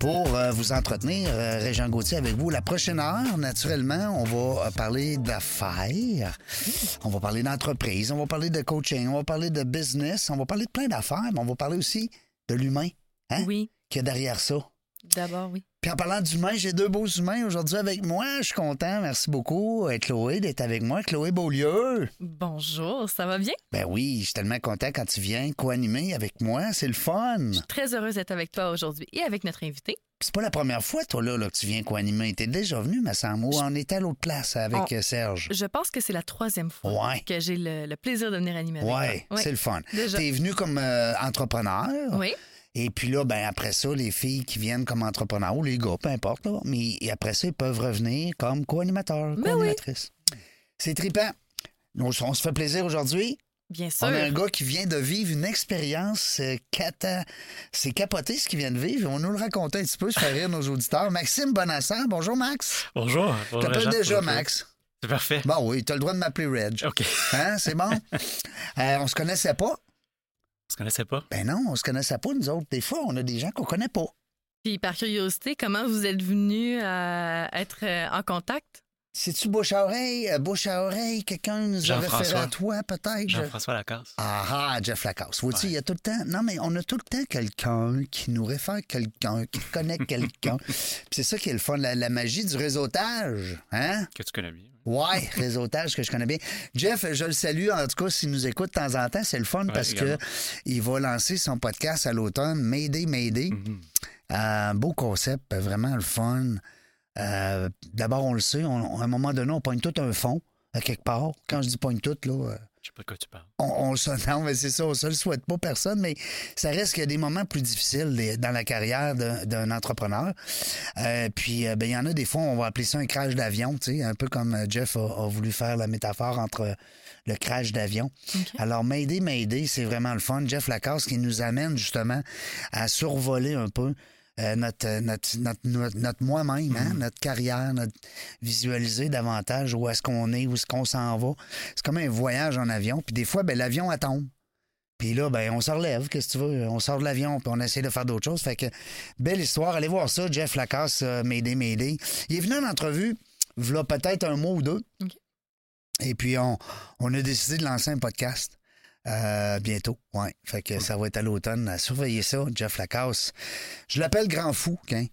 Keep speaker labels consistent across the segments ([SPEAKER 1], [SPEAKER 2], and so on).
[SPEAKER 1] pour euh, vous entretenir. Euh, Régent Gauthier avec vous la prochaine heure. Naturellement, on va euh, parler d'affaires, on va parler d'entreprise, on va parler de coaching, on va parler de business, on va parler de plein d'affaires, mais on va parler aussi de l'humain Hein?
[SPEAKER 2] Oui,
[SPEAKER 1] qui est derrière ça.
[SPEAKER 2] d'abord, oui.
[SPEAKER 1] Puis en parlant d'humains, j'ai deux beaux humains aujourd'hui avec moi. Je suis content, merci beaucoup. Euh, Chloé d'être avec moi, Chloé Beaulieu.
[SPEAKER 2] Bonjour, ça va bien?
[SPEAKER 1] Ben oui, je suis tellement content quand tu viens co-animer avec moi, c'est le fun.
[SPEAKER 2] Très heureuse d'être avec toi aujourd'hui et avec notre invité.
[SPEAKER 1] C'est pas la première fois, toi, là, là, que tu viens co-animer. T'es déjà venu, ma Sam, ou on était à l'autre place avec
[SPEAKER 2] On-
[SPEAKER 1] euh, Serge.
[SPEAKER 2] Je pense que c'est la troisième fois
[SPEAKER 1] Ouais.
[SPEAKER 2] que j'ai le, le plaisir de venir animer avec
[SPEAKER 1] Ouais,
[SPEAKER 2] toi. Ouais.
[SPEAKER 1] c'est le fun.
[SPEAKER 2] Déjà.
[SPEAKER 1] T'es venu comme euh, entrepreneur.
[SPEAKER 2] Oui,
[SPEAKER 1] Et puis là, ben après ça, les filles qui viennent comme entrepreneurs, ou les gars, peu importe, là, mais et après ça, ils peuvent revenir comme co-animateurs,
[SPEAKER 2] Mais
[SPEAKER 1] co-animatrices. C'est trippant. On, s- on se fait plaisir aujourd'hui.
[SPEAKER 2] bien sûr.
[SPEAKER 1] On a un gars qui vient de vivre une expérience euh, cata. C'est capoté ce qu'il vient de vivre. On nous le racontait un petit peu, je fais rire nos auditeurs. Maxime Bonassan, bonjour Max.
[SPEAKER 3] Bonjour. Bonjour,
[SPEAKER 1] T'appelles
[SPEAKER 3] Jean.
[SPEAKER 1] déjà
[SPEAKER 3] Bonjour.
[SPEAKER 1] Max.
[SPEAKER 3] C'est parfait.
[SPEAKER 1] Bon oui, t'as le droit de m'appeler Reg.
[SPEAKER 3] OK.
[SPEAKER 1] Hein, c'est bon? Euh, on se connaissait pas?
[SPEAKER 3] On se connaissait pas.
[SPEAKER 1] Ben non, on se connaissait pas, nous autres. Des fois, on a des gens qu'on connaît pas.
[SPEAKER 2] Puis par curiosité, comment vous êtes venu à être euh, en contact?
[SPEAKER 1] C'est-tu bouche à oreille? Euh, Bouche à oreille, quelqu'un nous a référé
[SPEAKER 3] Jean-François.
[SPEAKER 1] à toi, peut-être?
[SPEAKER 3] Jean-François Lacasse.
[SPEAKER 1] Ah ah, Jeff Lacasse. Vois-tu,
[SPEAKER 3] Ouais.
[SPEAKER 1] il y a tout le temps. Non, mais on a tout le temps quelqu'un qui nous réfère quelqu'un, qui connaît quelqu'un. Puis c'est ça qui est le fun, la, la magie du réseautage. Hein?
[SPEAKER 3] Que tu connais bien.
[SPEAKER 1] Ouais, réseautage que je connais bien. Jeff, je le salue. En tout cas, s'il nous écoute de temps en temps, c'est le fun parce que
[SPEAKER 3] également.
[SPEAKER 1] il va lancer son podcast à l'automne, Mayday, Mayday.
[SPEAKER 3] Mhm.
[SPEAKER 1] Un beau concept, vraiment le fun. Euh, D'abord, on le sait, on- on- à un moment donné, on pogne tout un fond, à quelque part. Quand je dis pogne tout, là, euh,
[SPEAKER 3] Je sais pas de quoi tu parles.
[SPEAKER 1] on, on se, non, mais c'est ça, on se le souhaite pas personne, mais ça reste qu'il y a des moments plus difficiles des- dans la carrière d'un d'un entrepreneur. Euh, puis, euh, ben, il y en a des fois, on va appeler ça un crash d'avion, tu sais, un peu comme euh, Jeff a, a voulu faire la métaphore entre le crash d'avion. Alors, m'aider, m'aider, c'est vraiment le fun. Jeff Lacasse qui nous amène justement à survoler un peu. euh, notre, euh, notre, notre, notre, notre moi-même, hein, notre carrière, notre visualiser davantage où est-ce qu'on est, où est-ce qu'on s'en va. C'est comme un voyage en avion. Puis des fois, ben, l'avion, elle tombe. Puis là, ben, on se relève, qu'est-ce que tu veux? On sort de l'avion, puis on essaie de faire d'autres choses. Fait que, belle histoire. Allez voir ça, Jeff Lacasse, euh, m'aider, m'aider. Il est venu en entrevue, voilà peut-être un mois ou deux.
[SPEAKER 2] OK.
[SPEAKER 1] Et puis, on, on a décidé de lancer un podcast. euh, bientôt, ouais. Fait que ça va être à l'automne. Surveillez ça, Jeff Lacasse. Je l'appelle Grand Fou, hein.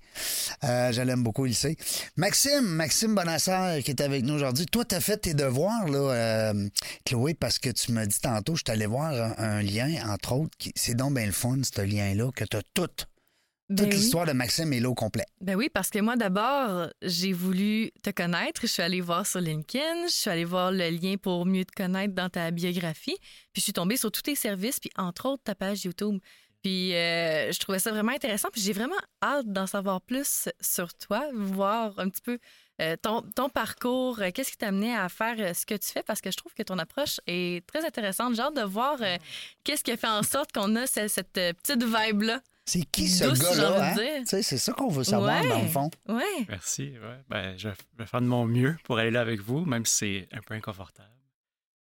[SPEAKER 1] Euh, je l'aime beaucoup, il le sait. Maxime, Maxime Bonasseur qui est avec nous aujourd'hui. Toi, t'as fait tes devoirs, là, euh, Chloé, parce que tu m'as dit tantôt, je t'allais voir un, un lien, entre autres, qui, c'est donc bien le fun, ce lien-là, que t'as tout. Toute
[SPEAKER 2] Ben oui.
[SPEAKER 1] l'histoire de Maxime est là au complet.
[SPEAKER 2] Ben oui, parce que moi, d'abord, j'ai voulu te connaître. Je suis allée voir sur LinkedIn, je suis allée voir le lien pour mieux te connaître dans ta biographie. Puis je suis tombée sur tous tes services, puis entre autres ta page YouTube. Puis euh, je trouvais ça vraiment intéressant. Puis j'ai vraiment hâte d'en savoir plus sur toi, voir un petit peu euh, ton, ton parcours, euh, qu'est-ce qui t'a amené à faire euh, ce que tu fais, parce que je trouve que ton approche est très intéressante. J'ai hâte de voir euh, qu'est-ce qui a fait en sorte qu'on a ce- cette, euh, petite vibe-là.
[SPEAKER 1] C'est qui ce
[SPEAKER 2] Douce, j'ai
[SPEAKER 1] gars-là, hein?
[SPEAKER 2] envie de dire.
[SPEAKER 1] Tu sais, c'est ça qu'on veut savoir,
[SPEAKER 2] Ouais.
[SPEAKER 1] dans le fond.
[SPEAKER 2] Ouais.
[SPEAKER 3] Merci. Ouais. Ben, je vais faire de mon mieux pour aller là avec vous, même si c'est un peu inconfortable.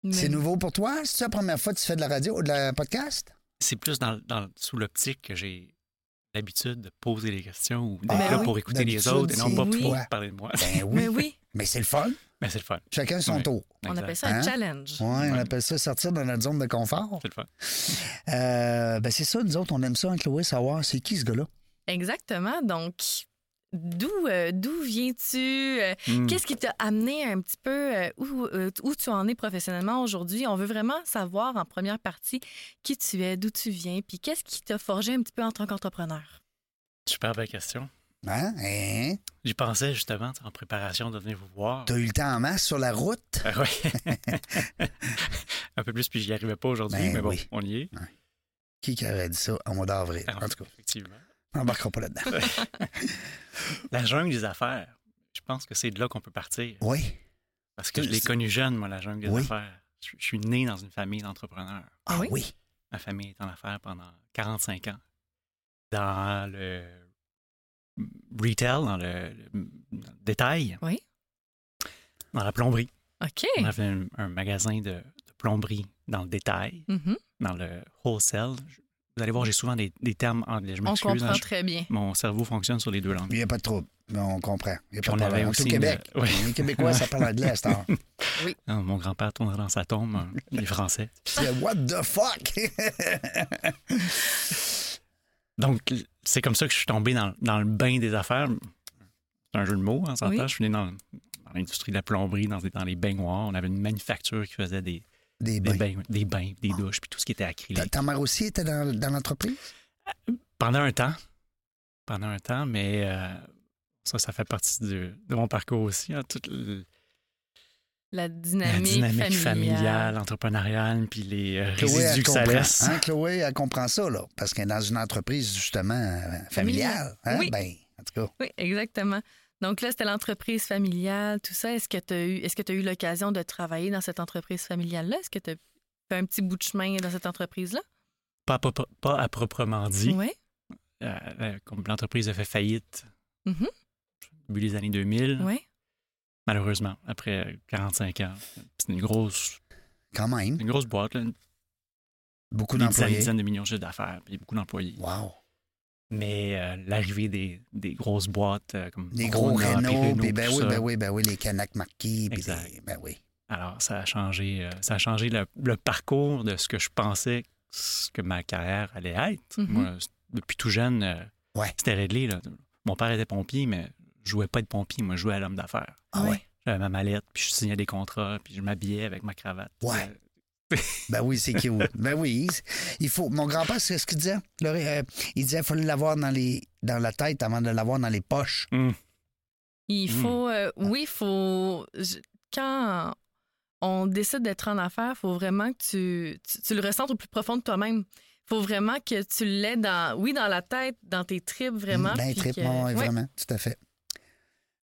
[SPEAKER 2] Mais-
[SPEAKER 1] C'est nouveau pour toi? C'est la première fois que tu fais de la radio ou de la podcast?
[SPEAKER 3] C'est plus dans, dans- sous l'optique que j'ai l'habitude de poser des questions ou d'être
[SPEAKER 2] Ben
[SPEAKER 3] là
[SPEAKER 2] oui.
[SPEAKER 3] pour écouter les
[SPEAKER 1] D'habitude,
[SPEAKER 3] autres et non
[SPEAKER 1] c'est
[SPEAKER 3] pas
[SPEAKER 2] oui.
[SPEAKER 3] pour parler de moi.
[SPEAKER 1] Ben oui.
[SPEAKER 2] Mais oui,
[SPEAKER 1] Mais c'est le fun.
[SPEAKER 3] Mais c'est le fun.
[SPEAKER 1] Chacun son
[SPEAKER 3] Ouais.
[SPEAKER 1] tour.
[SPEAKER 2] on
[SPEAKER 3] Exact.
[SPEAKER 2] appelle ça un
[SPEAKER 1] Hein?
[SPEAKER 2] challenge.
[SPEAKER 1] Ouais, on
[SPEAKER 3] Ouais.
[SPEAKER 1] appelle ça sortir de notre zone de confort.
[SPEAKER 3] C'est le fun.
[SPEAKER 1] Euh, ben c'est ça, nous autres, on aime ça, hein, Chloé, savoir c'est qui ce gars-là.
[SPEAKER 2] Exactement. Donc, d'où euh, d'où viens-tu? Euh,
[SPEAKER 3] Mm.
[SPEAKER 2] Qu'est-ce qui t'a amené un petit peu euh, où, euh, où tu en es professionnellement aujourd'hui? On veut vraiment savoir en première partie qui tu es, d'où tu viens, puis qu'est-ce qui t'a forgé un petit peu en tant qu'entrepreneur?
[SPEAKER 3] Super belle question.
[SPEAKER 1] Hein? Hein?
[SPEAKER 3] J'y pensais justement tu sais, en préparation de venir vous voir.
[SPEAKER 1] T'as eu le temps en masse sur la route?
[SPEAKER 3] Ah ouais. un peu plus, puis j'y arrivais pas aujourd'hui,
[SPEAKER 1] Ben
[SPEAKER 3] mais bon,
[SPEAKER 1] oui.
[SPEAKER 3] on y est.
[SPEAKER 1] Qui qui aurait dit ça en mois d'avril?
[SPEAKER 3] Ah,
[SPEAKER 1] En tout cas,
[SPEAKER 3] Effectivement.
[SPEAKER 1] on n'embarquera pas là-dedans.
[SPEAKER 3] La jungle des affaires. Je pense que c'est de là qu'on peut partir.
[SPEAKER 1] Oui.
[SPEAKER 3] Parce que je l'ai connu jeune, moi, la jungle des
[SPEAKER 1] Oui.
[SPEAKER 3] affaires. Je, je suis né dans une famille d'entrepreneurs.
[SPEAKER 1] Ah
[SPEAKER 2] oui?
[SPEAKER 1] oui.
[SPEAKER 3] Ma famille est en affaires pendant 45 ans. Dans le retail, dans le, le détail.
[SPEAKER 2] Oui.
[SPEAKER 3] Dans la plomberie.
[SPEAKER 2] OK.
[SPEAKER 3] On avait un, un magasin de, de plomberie dans le détail,
[SPEAKER 2] Mhm.
[SPEAKER 3] dans le wholesale. Je- vous allez voir, j'ai souvent des, des termes anglais. Je
[SPEAKER 2] On
[SPEAKER 3] m'excuse. hein,
[SPEAKER 2] comprend
[SPEAKER 3] je-
[SPEAKER 2] très bien.
[SPEAKER 3] mon cerveau fonctionne sur les deux langues.
[SPEAKER 1] Il n'y a pas de trouble. On comprend. Il n'y a
[SPEAKER 3] Puis
[SPEAKER 1] pas de
[SPEAKER 3] on
[SPEAKER 1] problème. On
[SPEAKER 3] avait
[SPEAKER 1] est au
[SPEAKER 3] aussi
[SPEAKER 1] Québec.
[SPEAKER 3] une- oui.
[SPEAKER 1] Les Québécois, ça parle anglais à cette heure.
[SPEAKER 3] Ah, Mon grand-père tourne dans sa tombe, hein, il est français.
[SPEAKER 1] C'est what the fuck?
[SPEAKER 3] Donc, c'est comme ça que je suis tombé dans, dans le bain des affaires. C'est un jeu de mots, hein, on s'entend.
[SPEAKER 2] Oui.
[SPEAKER 3] Je suis né dans, dans l'industrie de la plomberie, dans, des- dans les baignoires. On avait une manufacture qui faisait des,
[SPEAKER 1] Des bains.
[SPEAKER 3] des
[SPEAKER 1] Ah.
[SPEAKER 3] bains, des, bains, des douches, puis tout ce qui était
[SPEAKER 1] Ta,
[SPEAKER 3] acrylique.
[SPEAKER 1] ta mère aussi était dans, dans l'entreprise?
[SPEAKER 3] Pendant un temps, pendant un temps, mais euh, ça, ça fait partie de, de mon parcours aussi. hein, toute le-
[SPEAKER 2] La
[SPEAKER 3] la
[SPEAKER 2] dynamique,
[SPEAKER 3] dynamique familiale,
[SPEAKER 2] familiale.
[SPEAKER 3] entrepreneuriale, puis les euh,
[SPEAKER 1] Chloé, elle
[SPEAKER 3] résidus que ça
[SPEAKER 1] comprend.
[SPEAKER 3] laisse.
[SPEAKER 1] Hein, Chloé, elle comprend ça, là. Parce qu'elle est dans une entreprise, justement, euh, familiale. Hein?
[SPEAKER 2] Oui.
[SPEAKER 1] Ben, en tout cas.
[SPEAKER 2] Oui, exactement. Donc là, c'était l'entreprise familiale, tout ça. Est-ce que tu as eu, est-ce que tu eu l'occasion de travailler dans cette entreprise familiale-là? Est-ce que tu as fait un petit bout de chemin dans cette entreprise-là?
[SPEAKER 3] Pas, à propre- pas à proprement dit.
[SPEAKER 2] Oui.
[SPEAKER 3] Euh, euh, comme L'entreprise a fait faillite
[SPEAKER 2] Mhm.
[SPEAKER 3] début des années 2000,
[SPEAKER 2] Oui.
[SPEAKER 3] malheureusement, après 45 ans. C'est une grosse,
[SPEAKER 1] Quand même.
[SPEAKER 3] une grosse boîte, là, une
[SPEAKER 1] Beaucoup
[SPEAKER 3] dizaine, dizaines
[SPEAKER 1] d'employés.
[SPEAKER 3] de millions de chiffres d'affaires, puis beaucoup d'employés.
[SPEAKER 1] Wow.
[SPEAKER 3] Mais euh, l'arrivée des, des grosses boîtes euh, comme
[SPEAKER 1] Des gros
[SPEAKER 3] Rona, puis
[SPEAKER 1] Renault, puis ben
[SPEAKER 3] tout
[SPEAKER 1] oui,
[SPEAKER 3] ça.
[SPEAKER 1] ben oui, ben oui, les Canac Marquis, puis
[SPEAKER 3] Exact.
[SPEAKER 1] des- ben oui.
[SPEAKER 3] Alors, ça a changé, euh, ça a changé le, le parcours de ce que je pensais que ce que ma carrière allait être.
[SPEAKER 2] Mhm.
[SPEAKER 3] Moi, c- depuis tout jeune, euh,
[SPEAKER 1] Ouais.
[SPEAKER 3] c'était réglé. là. Mon père était pompier, mais je jouais pas de pompier, moi, je jouais à l'homme d'affaires.
[SPEAKER 1] Ah ouais.
[SPEAKER 3] J'avais ma mallette, puis je signais des contrats, puis je m'habillais avec ma cravate.
[SPEAKER 1] Ouais.
[SPEAKER 3] Euh,
[SPEAKER 1] Ben oui, c'est cute. ben oui, il faut. Mon grand-père, c'est ce qu'il disait. Le- euh, il disait qu'il fallait l'avoir dans les dans la tête avant de l'avoir dans les poches.
[SPEAKER 3] Euh, mm.
[SPEAKER 2] Il
[SPEAKER 3] Hmm.
[SPEAKER 2] faut, euh, oui, il faut. je- quand on décide d'être en affaires, il faut vraiment que tu, tu, tu le ressentes au plus profond de toi-même. Il faut vraiment que tu l'aies dans, oui, dans la tête, dans tes tripes, vraiment.
[SPEAKER 1] Ben,
[SPEAKER 2] puis
[SPEAKER 1] trip,
[SPEAKER 2] que-
[SPEAKER 1] ouais,
[SPEAKER 2] ouais.
[SPEAKER 1] vraiment, tout à fait.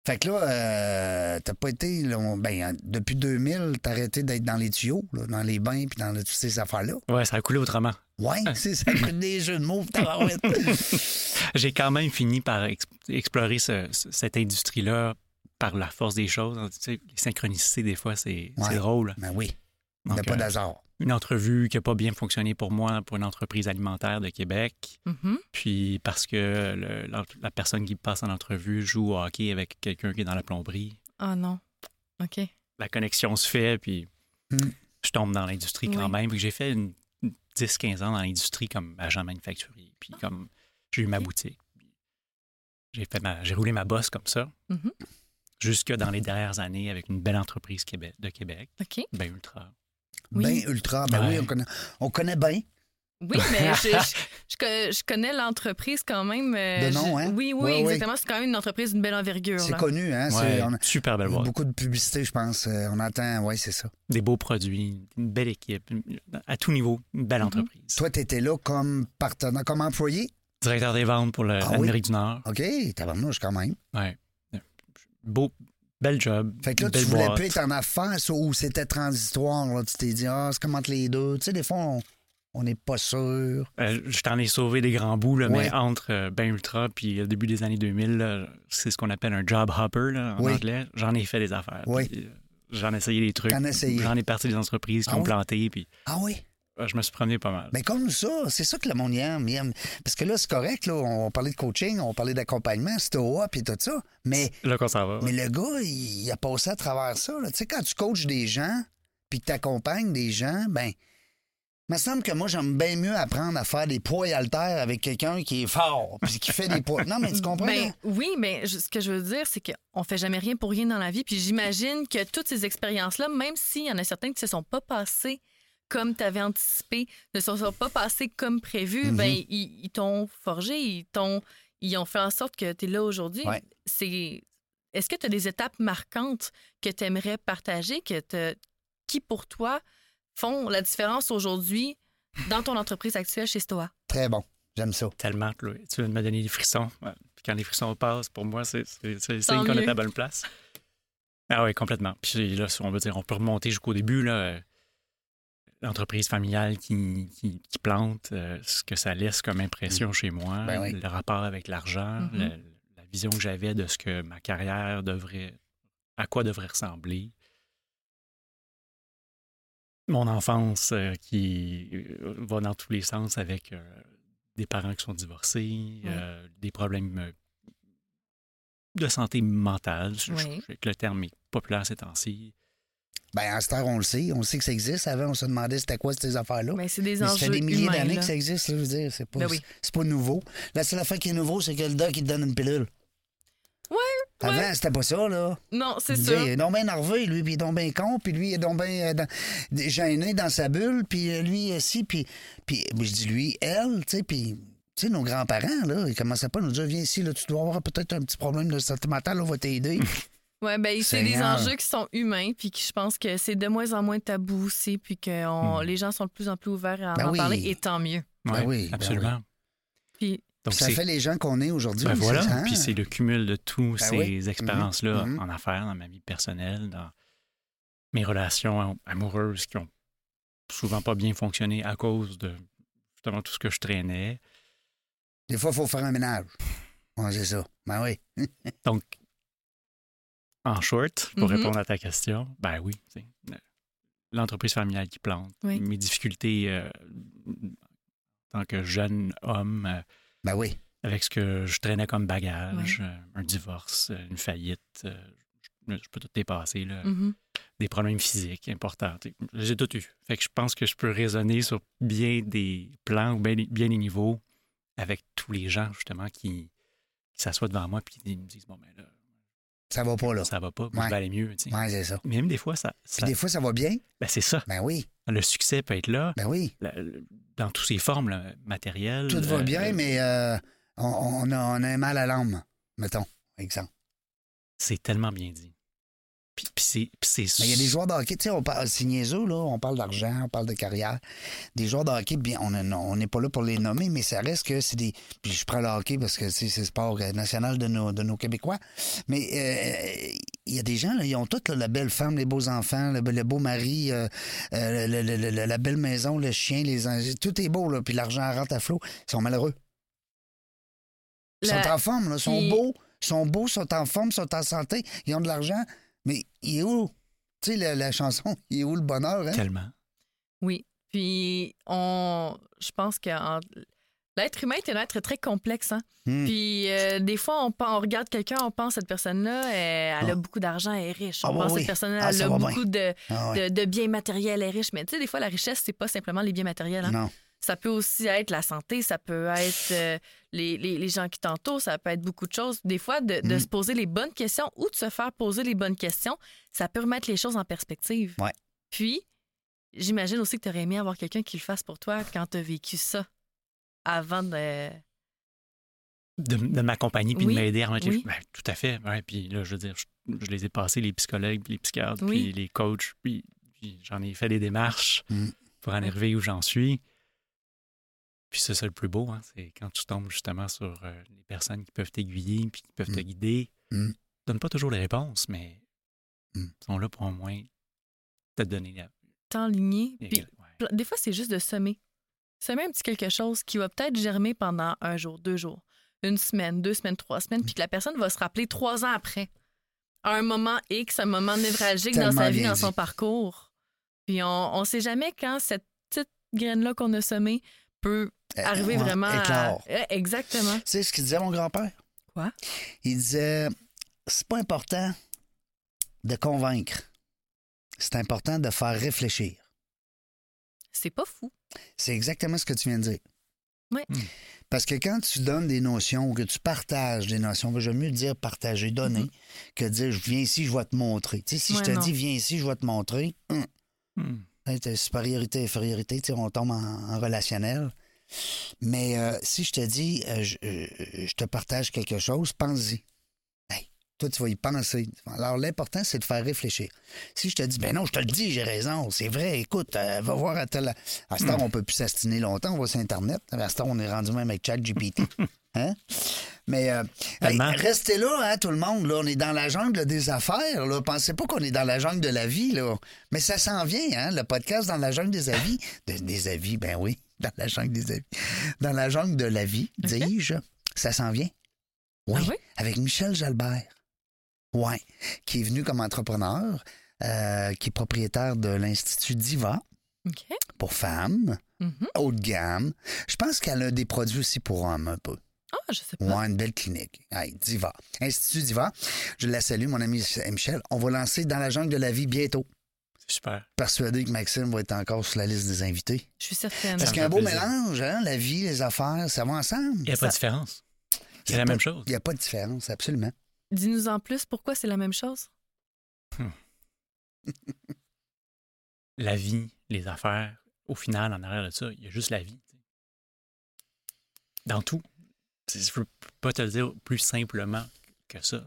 [SPEAKER 1] Fait que là, euh, t'as pas été. là, on- ben, euh, depuis 2000, t'as arrêté d'être dans les tuyaux, là, dans les bains, puis dans le- toutes ces affaires-là.
[SPEAKER 3] Ouais, ça a coulé autrement.
[SPEAKER 1] Ouais,
[SPEAKER 2] Ah.
[SPEAKER 1] c'est ça, coûte des jeux de mots, tabarouette.
[SPEAKER 3] J'ai quand même fini par ex- explorer ce- ce- cette industrie-là par la force des choses. hein. Tu sais, les synchronicités, des fois, c'est c'est
[SPEAKER 1] Ouais.
[SPEAKER 3] drôle.
[SPEAKER 1] Ben oui, il n'y a
[SPEAKER 3] Donc,
[SPEAKER 1] pas
[SPEAKER 3] euh,
[SPEAKER 1] d'hasard.
[SPEAKER 3] une entrevue qui n'a pas bien fonctionné pour moi pour une entreprise alimentaire de Québec.
[SPEAKER 2] Mhm.
[SPEAKER 3] Puis parce que le- la, la personne qui passe en entrevue joue au hockey avec quelqu'un qui est dans la plomberie.
[SPEAKER 2] Ah non. OK.
[SPEAKER 3] La connexion se fait, puis
[SPEAKER 1] Mm.
[SPEAKER 3] je tombe dans l'industrie quand
[SPEAKER 2] Oui.
[SPEAKER 3] même. Puis j'ai fait une, une 10-15 ans dans l'industrie comme agent manufacturier. Puis comme j'ai eu ma
[SPEAKER 2] Ok.
[SPEAKER 3] boutique. J'ai fait ma- j'ai roulé ma bosse comme ça.
[SPEAKER 2] Mhm.
[SPEAKER 3] Jusque dans les dernières années avec une belle entreprise Québec, de Québec,
[SPEAKER 2] OK.
[SPEAKER 3] Ben Ultra.
[SPEAKER 2] Oui.
[SPEAKER 1] Ben ultra, ben oui,
[SPEAKER 3] Ouais.
[SPEAKER 1] on connaît, on connaît bien.
[SPEAKER 2] Oui, mais je, je- je co- je connais l'entreprise quand même. euh,
[SPEAKER 1] De nom,
[SPEAKER 2] je-
[SPEAKER 1] hein?
[SPEAKER 2] Oui, oui,
[SPEAKER 1] Ouais, ouais.
[SPEAKER 2] exactement. C'est quand même une entreprise d'une belle envergure.
[SPEAKER 1] C'est
[SPEAKER 2] là.
[SPEAKER 1] connu, hein? c'est-
[SPEAKER 3] Ouais,
[SPEAKER 1] on a-
[SPEAKER 3] super belle boîte.
[SPEAKER 1] Beaucoup de publicité, je pense. Euh, on entend, oui, c'est ça.
[SPEAKER 3] des beaux produits, une belle équipe, une- à tout niveau, une belle
[SPEAKER 2] Mhm.
[SPEAKER 3] entreprise.
[SPEAKER 1] Toi, tu étais là comme partenaire, comme employé.
[SPEAKER 3] Directeur des ventes pour le-
[SPEAKER 1] Ah
[SPEAKER 3] l'Amérique du Nord.
[SPEAKER 1] OK, tabarnouche quand même.
[SPEAKER 3] Ouais. Beau, belle job.
[SPEAKER 1] Fait que là,
[SPEAKER 3] belle
[SPEAKER 1] tu voulais
[SPEAKER 3] boîte.
[SPEAKER 1] plus être en affaires ça, ou c'était transitoire. Là. Tu t'es dit, ah, c'est comme entre les deux. Tu sais, des fois, on- on n'est pas sûr.
[SPEAKER 3] Euh, je t'en ai sauvé des grands bouts, là,
[SPEAKER 1] Ouais.
[SPEAKER 3] mais entre euh, Ben Ultra puis le début des années 2000, là, c'est ce qu'on appelle un job hopper là, en
[SPEAKER 1] Oui.
[SPEAKER 3] anglais. J'en ai fait des affaires.
[SPEAKER 1] Oui.
[SPEAKER 3] Puis, euh, J'en ai essayé des trucs.
[SPEAKER 1] T'en as essayé.
[SPEAKER 3] J'en ai parti des entreprises qui
[SPEAKER 1] Ah Ben
[SPEAKER 3] ont
[SPEAKER 1] oui?
[SPEAKER 3] planté, puis
[SPEAKER 1] Ah oui?
[SPEAKER 3] euh, je me suis promené pas mal.
[SPEAKER 1] Mais comme ça, c'est ça que le monde y aime. il aime. Parce que là, c'est correct, là, on parlait de coaching, on parlait d'accompagnement, c'était au puis tout ça. Mais,
[SPEAKER 3] Là qu'on s'en va.
[SPEAKER 1] mais le gars, il, il a passé à travers ça. là. Tu sais, quand tu coaches des gens, puis que tu accompagnes des gens, ben il me semble que moi, j'aime bien mieux apprendre à faire des poids et haltères avec quelqu'un qui est fort, puis qui fait des poids. Non, mais tu comprends?
[SPEAKER 2] Ben,
[SPEAKER 1] là?
[SPEAKER 2] oui, mais je- ce que je veux dire, c'est qu'on fait jamais rien pour rien dans la vie. Puis j'imagine que toutes ces expériences-là, même s'il y en a certaines qui se sont pas passées comme tu avais anticipé, ne se sont pas passées comme prévu,
[SPEAKER 1] Mhm.
[SPEAKER 2] ben, ils, ils t'ont forgé, ils t'ont, ils ont fait en sorte que tu es là aujourd'hui.
[SPEAKER 1] Ouais.
[SPEAKER 2] C'est, est-ce que tu as des étapes marquantes que tu aimerais partager, que te- qui pour toi font la différence aujourd'hui dans ton entreprise actuelle chez Stoa?
[SPEAKER 1] Très bon. J'aime ça.
[SPEAKER 3] tellement. là. tu viens de me donner des frissons. Ouais. Puis quand les frissons passent, pour moi, c'est c'est- c'est le
[SPEAKER 2] Tant
[SPEAKER 3] signe qu'on
[SPEAKER 2] mieux.
[SPEAKER 3] est à la bonne place. Ah oui, complètement. Puis là, si on veut dire, on peut remonter jusqu'au début, là, euh, l'entreprise familiale qui, qui- qui plante, euh, ce que ça laisse comme impression chez moi,
[SPEAKER 1] Ben oui.
[SPEAKER 3] le rapport avec l'argent,
[SPEAKER 2] Mhm.
[SPEAKER 3] le- la vision que j'avais de ce que ma carrière devrait, à quoi devrait ressembler. Mon enfance euh, qui euh, va dans tous les sens avec euh, des parents qui sont divorcés, euh, des problèmes euh, de santé mentale. Je- je-
[SPEAKER 2] Oui.
[SPEAKER 3] je sais que le terme est populaire ces temps-ci.
[SPEAKER 1] Ben, à cette heure, on le sait. On sait que ça existe. Avant, on se demandait c'était quoi ces affaires-là.
[SPEAKER 2] Mais Ben, c'est des
[SPEAKER 1] Mais ça
[SPEAKER 2] enjeux
[SPEAKER 1] fait des milliers
[SPEAKER 2] humains,
[SPEAKER 1] d'années
[SPEAKER 2] là.
[SPEAKER 1] que ça existe, là, je veux dire. C'est pas,
[SPEAKER 2] Ben oui.
[SPEAKER 1] c'est pas nouveau. La seule affaire qui est nouveau, c'est que le doc, il te donne une pilule.
[SPEAKER 2] Ouais,
[SPEAKER 1] Avant, c'était pas ça, là.
[SPEAKER 2] Non, c'est
[SPEAKER 1] Je veux
[SPEAKER 2] sûr.
[SPEAKER 1] dire, Il est donc bien nerveux, lui, puis il est donc bien con, puis lui, il est donc bien euh, dans- gêné dans sa bulle, puis euh, lui, euh, si, puis, puis moi, je dis lui, elle, tu sais, puis... Tu sais, nos grands-parents, là, ils commençaient pas à nous dire Viens ici, là, tu dois avoir peut-être un petit problème de santé mentale, on va t'aider.
[SPEAKER 2] Ouais, ben, c'est des
[SPEAKER 1] Seigneur.
[SPEAKER 2] enjeux qui sont humains, puis qui, je pense que c'est de moins en moins tabou aussi, puis que on-
[SPEAKER 3] Mm.
[SPEAKER 2] les gens sont de plus en plus ouverts à
[SPEAKER 1] Hmm. Ben
[SPEAKER 2] en
[SPEAKER 1] oui.
[SPEAKER 2] parler, et tant mieux.
[SPEAKER 1] Ben
[SPEAKER 3] Ouais,
[SPEAKER 1] oui, ben
[SPEAKER 3] absolument.
[SPEAKER 2] Puis,
[SPEAKER 3] Donc,
[SPEAKER 1] ça
[SPEAKER 3] c'est-
[SPEAKER 1] fait les gens qu'on est aujourd'hui.
[SPEAKER 3] ben
[SPEAKER 1] c'est
[SPEAKER 3] voilà.
[SPEAKER 1] ça, hein?
[SPEAKER 3] Puis c'est le cumul de toutes
[SPEAKER 1] Ben
[SPEAKER 3] ces
[SPEAKER 1] oui.
[SPEAKER 3] expériences-là
[SPEAKER 1] Mhm, mhm.
[SPEAKER 3] en affaires, dans ma vie personnelle, dans mes relations am- amoureuses qui ont souvent pas bien fonctionné à cause de justement tout ce que je traînais.
[SPEAKER 1] Des fois, il faut faire un ménage. Ouais, c'est ça. Ben oui.
[SPEAKER 3] Donc, en short, pour
[SPEAKER 2] Mhm.
[SPEAKER 3] répondre à ta question, ben oui, tu sais, euh, l'entreprise familiale qui plante,
[SPEAKER 2] Oui.
[SPEAKER 3] mes difficultés euh, en tant que jeune homme, euh,
[SPEAKER 1] Ben oui.
[SPEAKER 3] avec ce que je traînais comme bagage, euh, un divorce, euh, une faillite, euh, je, je peux tout dépasser, là.
[SPEAKER 2] mhm.
[SPEAKER 3] des problèmes physiques importants. tu sais. J'ai tout eu. Fait que je pense que je peux raisonner sur bien des plans ou bien, des- bien des niveaux avec tous les gens, justement, qui, qui s'assoient devant moi puis qui me disent Bon, ben là,
[SPEAKER 1] Ça va pas, là.
[SPEAKER 3] ça va pas,
[SPEAKER 1] Ouais.
[SPEAKER 3] vous aller mieux. tu sais.
[SPEAKER 1] Ouais, c'est ça.
[SPEAKER 3] Mais même des fois, ça,
[SPEAKER 1] Puis
[SPEAKER 3] ça-
[SPEAKER 1] des fois, ça va bien.
[SPEAKER 3] ben, c'est ça.
[SPEAKER 1] Ben oui.
[SPEAKER 3] Le succès peut être là,
[SPEAKER 1] Ben oui.
[SPEAKER 3] la- le- dans toutes ses formes, là, matérielles.
[SPEAKER 1] Tout va
[SPEAKER 3] euh,
[SPEAKER 1] bien,
[SPEAKER 3] euh,
[SPEAKER 1] mais euh, on, on a, on a un mal à l'âme, mettons, exemple.
[SPEAKER 3] C'est tellement bien dit. Puis, puis c'est. puis c'est-
[SPEAKER 1] Mais il y a des joueurs de hockey, tu sais, on parle, c'est niaiseux, là, on parle d'argent, on parle de carrière. Des joueurs de hockey, bien, on a- on n'est pas là pour les nommer, mais ça reste que c'est des. Puis je prends le hockey parce que tu sais, c'est le sport euh, national de nos, de nos Québécois. Mais euh, il y a des gens, là, ils ont toutes là, la belle femme, les beaux enfants, le, le beau mari, euh, euh, le- le- le- la belle maison, le chien, les en- tout est beau, là, puis l'argent rentre à flot. Ils sont malheureux. Ils
[SPEAKER 2] La-
[SPEAKER 1] sont en forme, là, sont
[SPEAKER 2] Puis-
[SPEAKER 1] beaux, sont beaux, sont en forme, sont en santé, ils ont de l'argent, mais il est où? Tu sais, la, la chanson, il est où le bonheur? Hein?
[SPEAKER 3] Tellement.
[SPEAKER 2] Oui. Puis, on, je pense que en- l'être humain est un être très complexe. Hein?
[SPEAKER 1] Hmm.
[SPEAKER 2] Puis, euh, des fois, on, pen- on regarde quelqu'un, on pense cette personne-là, elle, elle
[SPEAKER 1] Ah.
[SPEAKER 2] a beaucoup d'argent, elle est riche.
[SPEAKER 1] Ah
[SPEAKER 2] on
[SPEAKER 1] oui,
[SPEAKER 2] pense
[SPEAKER 1] oui.
[SPEAKER 2] cette personne-là,
[SPEAKER 1] Ah,
[SPEAKER 2] elle
[SPEAKER 1] ça
[SPEAKER 2] a
[SPEAKER 1] va bien.
[SPEAKER 2] beaucoup de,
[SPEAKER 1] Ah ouais.
[SPEAKER 2] de, de biens matériels, elle est riche. Mais tu sais, des fois, la richesse, c'est pas simplement les biens matériels. hein.
[SPEAKER 1] Non.
[SPEAKER 2] Ça peut aussi être la santé, ça peut être euh, les, les- les gens qui t'entourent, ça peut être beaucoup de choses. Des fois, de, de
[SPEAKER 1] Mm.
[SPEAKER 2] se poser les bonnes questions ou de se faire poser les bonnes questions, ça peut remettre les choses en perspective.
[SPEAKER 1] Ouais.
[SPEAKER 2] Puis, j'imagine aussi que tu aurais aimé avoir quelqu'un qui le fasse pour toi quand tu as vécu ça avant de.
[SPEAKER 3] de, de m'accompagner puis
[SPEAKER 2] Oui,
[SPEAKER 3] de m'aider à remettre les
[SPEAKER 2] oui.
[SPEAKER 3] ben, tout à fait ouais, puis là je veux dire je, je les ai passés les psychologues puis les psychiatres
[SPEAKER 2] Oui.
[SPEAKER 3] puis les coachs puis, puis j'en ai fait des démarches
[SPEAKER 1] Mm.
[SPEAKER 3] pour en arriver où j'en suis puis c'est ça le plus beau hein, c'est quand tu tombes justement sur euh, les personnes qui peuvent t'aiguiller puis qui peuvent te
[SPEAKER 1] Mm.
[SPEAKER 3] guider
[SPEAKER 1] Mm.
[SPEAKER 3] donne pas toujours les réponses mais
[SPEAKER 1] Mm.
[SPEAKER 3] ils sont là pour au moins te donner la,
[SPEAKER 2] T'enligner.
[SPEAKER 3] la-
[SPEAKER 2] Puis,
[SPEAKER 3] ouais.
[SPEAKER 2] Pla- Des fois, c'est juste de semer. Semer un petit quelque chose qui va peut-être germer pendant un jour, deux jours, une semaine, deux semaines, trois semaines, puis que la personne va se rappeler trois ans après. À un moment X, un moment névralgique dans
[SPEAKER 1] Tellement
[SPEAKER 2] sa vie,
[SPEAKER 1] bien
[SPEAKER 2] dans
[SPEAKER 1] dit.
[SPEAKER 2] son parcours. Puis on ne sait jamais quand cette petite graine-là qu'on a semée peut
[SPEAKER 1] Euh,
[SPEAKER 2] arriver
[SPEAKER 1] ouais,
[SPEAKER 2] vraiment
[SPEAKER 1] éclore.
[SPEAKER 2] à... Ouais, Exactement.
[SPEAKER 1] Tu sais ce qu'il disait mon grand-père?
[SPEAKER 2] Quoi?
[SPEAKER 1] Il disait C'est pas important de convaincre. C'est important de faire réfléchir.
[SPEAKER 2] C'est pas fou.
[SPEAKER 1] C'est exactement ce que tu viens de dire.
[SPEAKER 2] Oui.
[SPEAKER 3] Hmm.
[SPEAKER 1] Parce que quand tu donnes des notions ou que tu partages des notions, j'aime mieux dire partager, donner, que dire je viens ici, je vais te montrer. Tu sais, si
[SPEAKER 2] Mm-hmm. Ouais,
[SPEAKER 1] je te
[SPEAKER 2] non.
[SPEAKER 1] dis viens ici, je vais te montrer, hum,
[SPEAKER 3] Mm.
[SPEAKER 1] hein, t'as supériorité, infériorité, tu sais, on tombe en, en relationnel. Mais euh, si je te dis euh, je, euh, je te partage quelque chose, pense-y. Hey, toi, tu vas y penser. Alors, l'important, c'est de faire réfléchir. Si je te dis, ben non, je te le dis, j'ai raison, c'est vrai, écoute, euh, va voir à tel. À ce temps, on peut plus s'astiner longtemps, on va sur Internet. À ce temps, on est rendu même avec ChatGPT. Hein? Mais euh, hey,
[SPEAKER 3] Tellement.
[SPEAKER 1] restez là, hein, tout le monde. Là, on est dans la jungle des affaires. Là. Pensez pas qu'on est dans la jungle de la vie. Là. Mais ça s'en vient, hein, le podcast dans la jungle des avis. De- des avis, ben oui, dans la jungle des avis. Dans la jungle de la vie, dis-je. Ça s'en vient. Oui,
[SPEAKER 2] Ah oui?
[SPEAKER 1] avec Michel Jalbert. Oui, qui est venu comme entrepreneur, euh, qui est propriétaire de l'Institut Diva
[SPEAKER 2] OK.
[SPEAKER 1] pour femmes,
[SPEAKER 2] Mhm.
[SPEAKER 1] haut de gamme. Je pense qu'elle a des produits aussi pour hommes un peu.
[SPEAKER 2] Ah, je sais pas.
[SPEAKER 1] Ouais, une belle clinique. Hey, Diva. Institut Diva. Je la salue, mon ami Michel. On va lancer dans la jungle de la vie bientôt.
[SPEAKER 3] C'est super.
[SPEAKER 1] Persuadé que Maxime va être encore sur la liste des invités.
[SPEAKER 2] Je suis certaine.
[SPEAKER 1] Parce
[SPEAKER 3] me
[SPEAKER 1] qu'il y a
[SPEAKER 3] fait
[SPEAKER 1] un beau
[SPEAKER 3] plaisir.
[SPEAKER 1] mélange, hein, la vie, les affaires, ça va ensemble.
[SPEAKER 3] Il n'y a pas de différence. C'est la
[SPEAKER 1] pas-
[SPEAKER 3] même chose.
[SPEAKER 1] Il n'y a pas de différence, absolument.
[SPEAKER 2] Dis-nous en plus pourquoi c'est la même chose.
[SPEAKER 3] La vie, les affaires, au final, en arrière de ça, il y a juste la vie. tu sais. Dans tout. C'est- Je peux pas te le dire plus simplement que ça.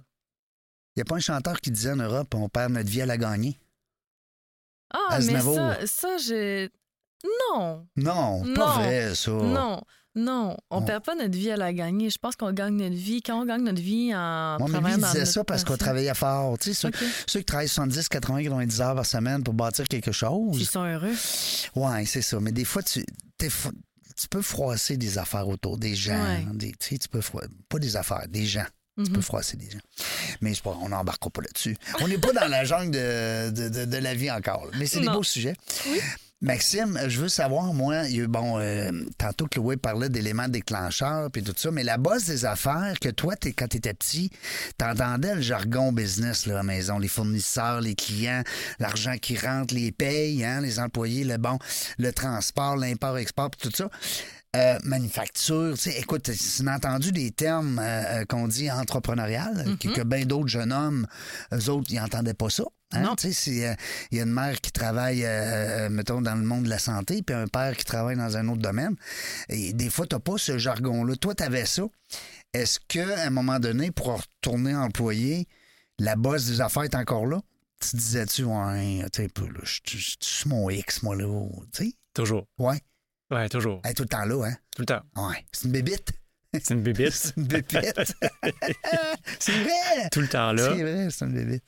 [SPEAKER 1] Il n'y a pas un chanteur qui disait en Europe, on perd notre vie à la gagner.
[SPEAKER 2] Ah, mais
[SPEAKER 1] Aznavour.
[SPEAKER 2] ça, ça, j'ai. Non,
[SPEAKER 1] Non, pas
[SPEAKER 2] Non.
[SPEAKER 1] vrai, ça.
[SPEAKER 2] non, non. On
[SPEAKER 1] On-
[SPEAKER 2] perd pas notre vie à la gagner. Je pense qu'on gagne notre vie quand on gagne notre vie
[SPEAKER 1] Moi,
[SPEAKER 2] en
[SPEAKER 1] mais lui,
[SPEAKER 2] travaillant
[SPEAKER 1] il
[SPEAKER 2] dans
[SPEAKER 1] disait
[SPEAKER 2] notre
[SPEAKER 1] ça parce qu'on
[SPEAKER 2] passion.
[SPEAKER 1] travaillait fort. Tu sais, ceux,
[SPEAKER 2] OK.
[SPEAKER 1] ceux qui travaillent 70, 80, 90 heures par semaine pour bâtir quelque chose.
[SPEAKER 2] Ils sont heureux.
[SPEAKER 1] Ouais, c'est ça. Mais des fois, tu, t'es fo- tu peux froisser des affaires autour des gens.
[SPEAKER 2] Ouais.
[SPEAKER 1] Des, tu sais, tu peux froisser, pas des affaires, des gens. Tu peux
[SPEAKER 2] Mhm.
[SPEAKER 1] froisser des gens. Mais c'est pas- on n'embarquera pas là-dessus. On n'est pas dans la jungle de, de, de- de la vie encore. là. Mais c'est des
[SPEAKER 2] Non.
[SPEAKER 1] beaux sujets.
[SPEAKER 2] Oui.
[SPEAKER 1] Maxime, je veux savoir, moi, il y a eu- bon, euh, tantôt Chloé parlait d'éléments déclencheurs puis tout ça, mais la base des affaires que toi, t'es- quand tu étais petit, t'entendais le jargon business là, à la maison, les fournisseurs, les clients, l'argent qui rentre, les payes, hein, les employés, le bon, le transport, l'import-export, puis tout ça. Euh, manufacture, tu sais, écoute, on a entendu des termes euh, euh, qu'on dit entrepreneurial, euh, que, que bien d'autres jeunes hommes, eux autres, ils n'entendaient pas ça. hein.
[SPEAKER 2] Non.
[SPEAKER 1] Tu sais, c'est, euh, il y a une mère qui travaille, euh, euh, mettons, dans le monde de la santé, puis un père qui travaille dans un autre domaine. Et des fois, tu n'as pas ce jargon-là. Toi, tu avais ça. Est-ce qu'à un moment donné, pour retourner employé, la bosse des affaires est encore là? Tu disais-tu, ouais, tu sais, peu, là, je je- je suis sur mon X, moi, là, tu sais?
[SPEAKER 3] Toujours.
[SPEAKER 1] Ouais.
[SPEAKER 3] Ouais, toujours.
[SPEAKER 1] Elle est tout le temps là, hein?
[SPEAKER 3] Tout le temps.
[SPEAKER 1] Ouais. C'est une bébite.
[SPEAKER 3] C'est une bébite.
[SPEAKER 1] C'est une bébite. c'est vrai.
[SPEAKER 3] tout le temps là.
[SPEAKER 1] C'est vrai, c'est une bébite.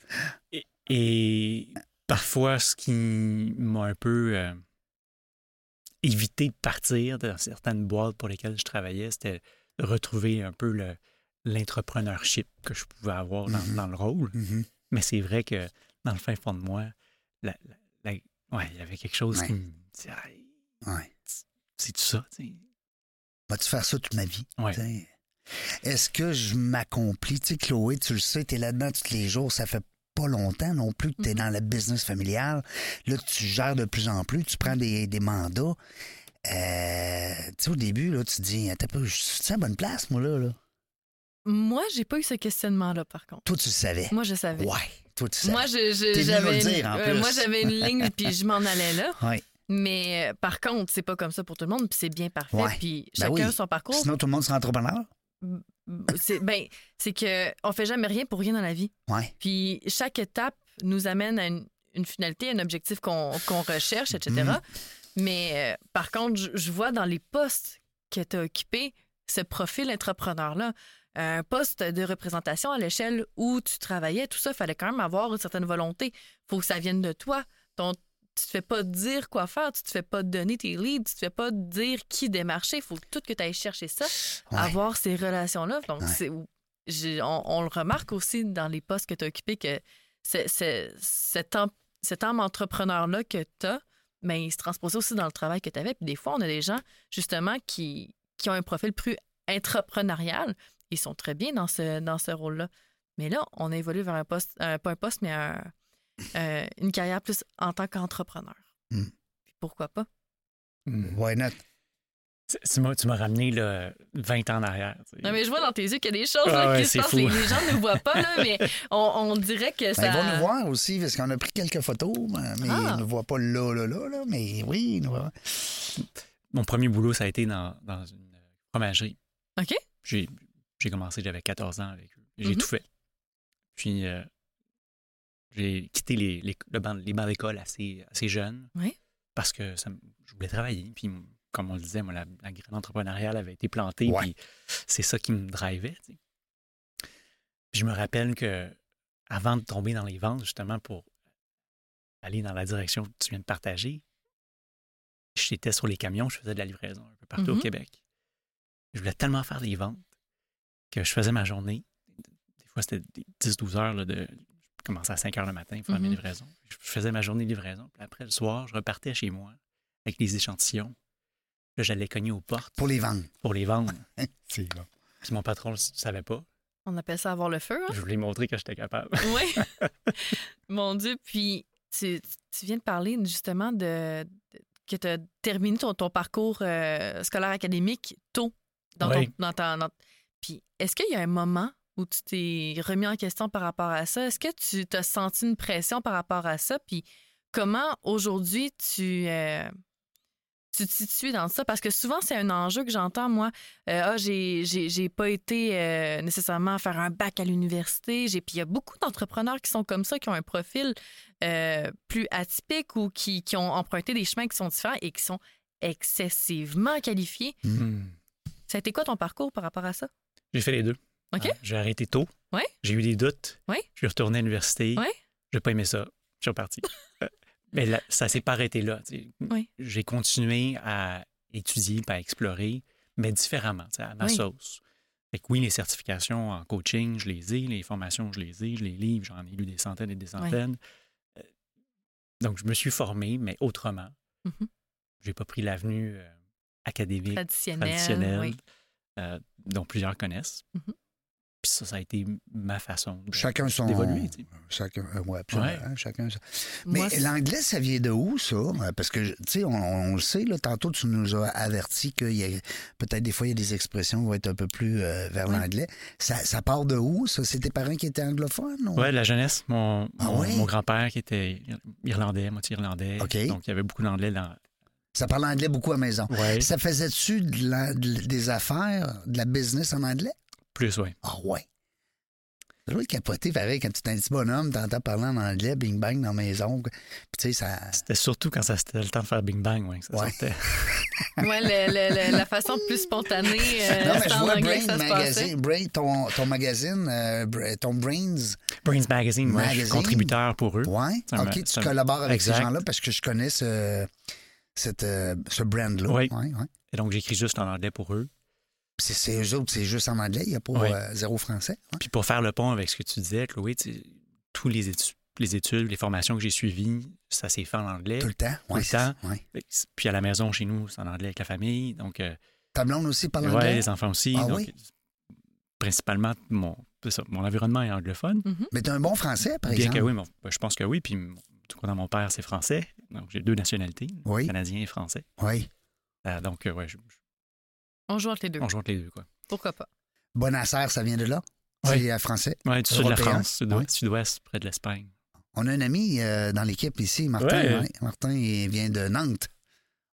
[SPEAKER 3] Et, et parfois, ce qui m'a un peu euh, évité de partir dans certaines boîtes pour lesquelles je travaillais, c'était de retrouver un peu le- l'entrepreneurship que je pouvais avoir dans,
[SPEAKER 1] Mhm.
[SPEAKER 3] dans le rôle. Mais c'est vrai que dans le fin fond de moi, la- la- la- ouais, il y avait quelque chose
[SPEAKER 1] Ouais.
[SPEAKER 3] qui me disait Ah,
[SPEAKER 1] Ouais.
[SPEAKER 3] c'est tout ça. tu sais.
[SPEAKER 1] Vas-tu faire ça toute ma vie?
[SPEAKER 3] Ouais.
[SPEAKER 1] T'sais, Est-ce que je m'accomplis? Tu sais, Chloé, tu le sais, tu es là-dedans tous les jours. Ça fait pas longtemps non plus que tu es dans le business familial. Là, tu gères de plus en plus, tu prends des, des mandats. Euh, tu sais, au début, là, tu te dis, Attends un peu, je suis à la bonne place, moi, là, là.
[SPEAKER 2] Moi, j'ai pas eu ce questionnement-là, par contre.
[SPEAKER 1] Toi, tu le savais.
[SPEAKER 2] Moi, je savais.
[SPEAKER 1] Ouais, toi, tu savais.
[SPEAKER 2] Moi, je- je-
[SPEAKER 1] T'es venu
[SPEAKER 2] j'avais
[SPEAKER 1] nous le
[SPEAKER 2] une-
[SPEAKER 1] dire, en
[SPEAKER 2] ouais,
[SPEAKER 1] plus.
[SPEAKER 2] moi, j'avais une ligne, puis je m'en allais là.
[SPEAKER 1] Ouais.
[SPEAKER 2] Mais euh, par contre, c'est pas comme ça pour tout le monde, puis c'est bien parfait.
[SPEAKER 1] Ouais.
[SPEAKER 2] Puis
[SPEAKER 1] Ben
[SPEAKER 2] chacun
[SPEAKER 1] oui.
[SPEAKER 2] son parcours.
[SPEAKER 1] Sinon, tout le monde serait entrepreneur?
[SPEAKER 2] C'est ben, c'est que on fait jamais rien pour rien dans la vie.
[SPEAKER 1] Ouais.
[SPEAKER 2] Puis chaque étape nous amène à une, une finalité, un objectif qu'on qu'on recherche, etc. Mais euh, par contre, je- je vois dans les postes que tu as occupés ce profil entrepreneur-là. Un poste de représentation à l'échelle où tu travaillais, tout ça, fallait quand même avoir une certaine volonté. faut que ça vienne de toi. Ton, tu te fais pas dire quoi faire, tu te fais pas donner tes leads, tu te fais pas dire qui démarcher. faut tout que tu ailles chercher ça
[SPEAKER 1] Ouais.
[SPEAKER 2] avoir ces relations-là. Donc,
[SPEAKER 1] Ouais.
[SPEAKER 2] c'est- j'ai- on, on le remarque aussi dans les postes que tu as occupés que c'est- c'est- cet, em- cet homme entrepreneur-là que tu as, mais il se transposait aussi dans le travail que tu avais. Puis des fois, on a des gens, justement, qui, qui ont un profil plus entrepreneurial. Ils sont très bien dans ce, dans ce rôle-là. Mais là, on évolue vers un poste, euh, pas un poste, mais un- euh, une carrière plus en tant qu'entrepreneur.
[SPEAKER 1] Hmm.
[SPEAKER 2] Puis Pourquoi pas?
[SPEAKER 1] Why not?
[SPEAKER 3] Tu- Mm. Tu m'as tu m'as ramené là, 20 ans en arrière. tu sais.
[SPEAKER 2] Non, mais je vois dans tes yeux qu'il y a des choses
[SPEAKER 3] Ah
[SPEAKER 2] là,
[SPEAKER 3] ouais,
[SPEAKER 2] qui se
[SPEAKER 3] c'est
[SPEAKER 2] passent.
[SPEAKER 3] fou.
[SPEAKER 2] Les, les gens ne voient pas, là, mais on, on dirait que
[SPEAKER 1] Ben,
[SPEAKER 2] ça.
[SPEAKER 1] ils vont nous voir aussi, parce qu'on a pris quelques photos, ben, mais
[SPEAKER 2] Ah.
[SPEAKER 1] ils ne nous voient pas là, là, là, là, mais oui, ils nous voient.
[SPEAKER 3] Mon premier boulot, ça a été dans, dans une fromagerie.
[SPEAKER 2] OK.
[SPEAKER 3] J'ai j'ai commencé, j'avais 14 ans avec eux. J'ai
[SPEAKER 2] Mhm.
[SPEAKER 3] tout fait. Puis, euh, j'ai quitté les, les, le banc- les bancs d'école assez, assez jeune.
[SPEAKER 2] Oui.
[SPEAKER 3] Parce que ça, me- je voulais travailler. Puis, comme on le disait, moi, la, la graine entrepreneuriale avait été plantée.
[SPEAKER 1] Ouais.
[SPEAKER 3] Puis c'est ça qui me drivait. tu sais. Puis je me rappelle que avant de tomber dans les ventes, justement, pour aller dans la direction que tu viens de partager, j'étais sur les camions, je faisais de la livraison un peu partout au
[SPEAKER 2] Mhm.
[SPEAKER 3] Québec. Je voulais tellement faire des ventes que je faisais ma journée. Des fois, c'était des 10-12 heures là, de. Je commençais à 5 heures le matin, faire mes
[SPEAKER 2] Mhm.
[SPEAKER 3] livraisons. Je faisais ma journée de livraison. Puis après, le soir, je repartais chez moi avec les échantillons. Là, j'allais cogner aux portes
[SPEAKER 1] Pour les vendre.
[SPEAKER 3] pour les vendre.
[SPEAKER 1] C'est bon.
[SPEAKER 3] Puis mon patron ne savait pas.
[SPEAKER 2] On appelle ça avoir le feu, hein?
[SPEAKER 3] Je voulais lui montrer que j'étais capable.
[SPEAKER 2] Oui. Mon Dieu, puis tu, tu viens de parler justement de, de- que tu as terminé ton, ton parcours euh, scolaire académique tôt dans
[SPEAKER 3] Oui.
[SPEAKER 2] ton- dans ta- dans- Puis est-ce qu'il y a un moment où tu t'es remis en question par rapport à ça? Est-ce que tu t'as senti une pression par rapport à ça? Puis comment aujourd'hui tu, euh, tu te situes dans ça? Parce que souvent, c'est un enjeu que j'entends, moi. Euh, ah, j'ai, j'ai, j'ai pas été euh, nécessairement faire un bac à l'université. J'ai... Puis il y a beaucoup d'entrepreneurs qui sont comme ça, qui ont un profil euh, plus atypique ou qui, qui ont emprunté des chemins qui sont différents et qui sont excessivement qualifiés.
[SPEAKER 3] Hmm.
[SPEAKER 2] Ça a été quoi ton parcours par rapport à ça?
[SPEAKER 3] J'ai fait les deux.
[SPEAKER 2] OK.
[SPEAKER 3] Ah, j'ai arrêté tôt.
[SPEAKER 2] Ouais.
[SPEAKER 3] J'ai eu des doutes.
[SPEAKER 2] Ouais.
[SPEAKER 3] Je suis retourné à l'université.
[SPEAKER 2] Ouais.
[SPEAKER 3] J'ai pas aimé ça. Je suis reparti. Euh, Mais là, ça s'est pas arrêté là. tu sais.
[SPEAKER 2] Oui.
[SPEAKER 3] J'ai continué à étudier, puis à explorer, mais différemment, tu sais, à ma
[SPEAKER 2] Oui.
[SPEAKER 3] sauce. Fait que oui, les certifications en coaching, je les ai. Les formations, je les ai. Les livres, j'en ai lu des centaines et des centaines. Euh, Donc, je me suis formé, mais autrement.
[SPEAKER 2] Mhm.
[SPEAKER 3] J'ai pas pris l'avenue euh, académique
[SPEAKER 2] Traditionnel.
[SPEAKER 3] traditionnelle,
[SPEAKER 2] oui.
[SPEAKER 3] euh, dont plusieurs connaissent.
[SPEAKER 2] Mhm.
[SPEAKER 3] Puis ça, ça a été ma façon de-
[SPEAKER 1] Chacun son.
[SPEAKER 3] d'évoluer. tu sais.
[SPEAKER 1] Chacun, euh, ouais, absolument,
[SPEAKER 3] Ouais.
[SPEAKER 1] hein, chacun. sa- Mais
[SPEAKER 2] Moi, c'est-
[SPEAKER 1] l'anglais, ça vient de où, ça? Euh, Parce que, je- tu sais, on, on le sait, là, tantôt, tu nous as averti qu'il y a peut-être des fois, il y a des expressions qui vont être un peu plus euh, vers
[SPEAKER 2] Ouais.
[SPEAKER 1] l'anglais. Ça, ça part de où, ça? C'est tes parents qui étaient anglophones? ou-
[SPEAKER 3] Ouais, la jeunesse, mon,
[SPEAKER 1] Ah
[SPEAKER 3] mon,
[SPEAKER 1] ouais?
[SPEAKER 3] mon grand-père qui était ir- irlandais, moitié irlandais,
[SPEAKER 1] OK.
[SPEAKER 3] donc il y avait beaucoup d'anglais dans.
[SPEAKER 1] Ça parlait anglais beaucoup à la maison.
[SPEAKER 3] Ouais,
[SPEAKER 1] Ça faisait-tu de la- de- des affaires, de la business en anglais?
[SPEAKER 3] plus, ouais.
[SPEAKER 1] Ah ouais. C'est drôle de capoter, pareil, quand tu es un petit bonhomme, t'entends parler en anglais, bing bang dans la maison. Puis tu sais, ça.
[SPEAKER 3] C'était surtout quand ça c'était le temps de faire Bing Bang, ouais, que ça
[SPEAKER 1] Ouais.
[SPEAKER 3] sortait.
[SPEAKER 2] Ouais, le- le- le- la façon plus spontanée, euh,
[SPEAKER 1] Non, mais
[SPEAKER 2] c'est
[SPEAKER 1] je
[SPEAKER 2] en
[SPEAKER 1] vois
[SPEAKER 2] anglais que
[SPEAKER 1] Brain
[SPEAKER 2] ça se passait.
[SPEAKER 1] Magazine, Brain, ton, ton magazine, euh, Bra- ton Brains.
[SPEAKER 3] Brains Magazine, ouais, je suis
[SPEAKER 1] Magazine.
[SPEAKER 3] contributeur pour eux.
[SPEAKER 1] Ouais.
[SPEAKER 3] Ça me-
[SPEAKER 1] OK, tu
[SPEAKER 3] ça me-
[SPEAKER 1] collabores avec ces
[SPEAKER 3] Exact.
[SPEAKER 1] gens-là parce que je connais ce, cette, euh, ce brand-là.
[SPEAKER 3] Oui.
[SPEAKER 1] Ouais, ouais.
[SPEAKER 3] Et donc j'écris juste en anglais pour eux.
[SPEAKER 1] C'est, c'est eux autres, c'est juste en anglais, il n'y a pas
[SPEAKER 3] Ouais.
[SPEAKER 1] euh, zéro français. Ouais.
[SPEAKER 3] Puis pour faire le pont avec ce que tu disais, Chloé, tu sais, tous les études, les études, les formations que j'ai suivies, ça s'est fait en anglais.
[SPEAKER 1] Tout le temps.
[SPEAKER 3] Tout
[SPEAKER 1] Ouais,
[SPEAKER 3] le
[SPEAKER 1] c'est ça, ouais.
[SPEAKER 3] Fait que c'est- Puis à la maison, chez nous, c'est en anglais avec la famille. Donc euh,
[SPEAKER 1] Ta blonde aussi parle
[SPEAKER 3] Ouais,
[SPEAKER 1] anglais.
[SPEAKER 3] les enfants aussi.
[SPEAKER 1] Ah
[SPEAKER 3] donc,
[SPEAKER 1] oui?
[SPEAKER 3] Principalement, mon, c'est ça, mon environnement est anglophone.
[SPEAKER 1] Mais t'as un bon français, par
[SPEAKER 3] bien
[SPEAKER 1] exemple.
[SPEAKER 3] que oui, mon- ben, je pense que oui. Puis, en tout cas, dans mon père, c'est français. Donc, j'ai deux nationalités,
[SPEAKER 1] Oui.
[SPEAKER 3] canadien et français.
[SPEAKER 1] Oui.
[SPEAKER 3] Ah, donc, euh, ouais, je- je-
[SPEAKER 2] On joue entre les deux.
[SPEAKER 3] on joue entre les deux, quoi.
[SPEAKER 2] Pourquoi pas?
[SPEAKER 1] Bonassère, ça vient de là.
[SPEAKER 3] Oui.
[SPEAKER 1] C'est euh, français.
[SPEAKER 3] Ouais, du sud de la
[SPEAKER 1] Européen.
[SPEAKER 3] France, sud-ouest,
[SPEAKER 1] Ouais.
[SPEAKER 3] sud-ouest, près de l'Espagne.
[SPEAKER 1] On a un ami euh, dans l'équipe ici, Martin.
[SPEAKER 3] Ouais.
[SPEAKER 1] ouais. Martin il vient de Nantes.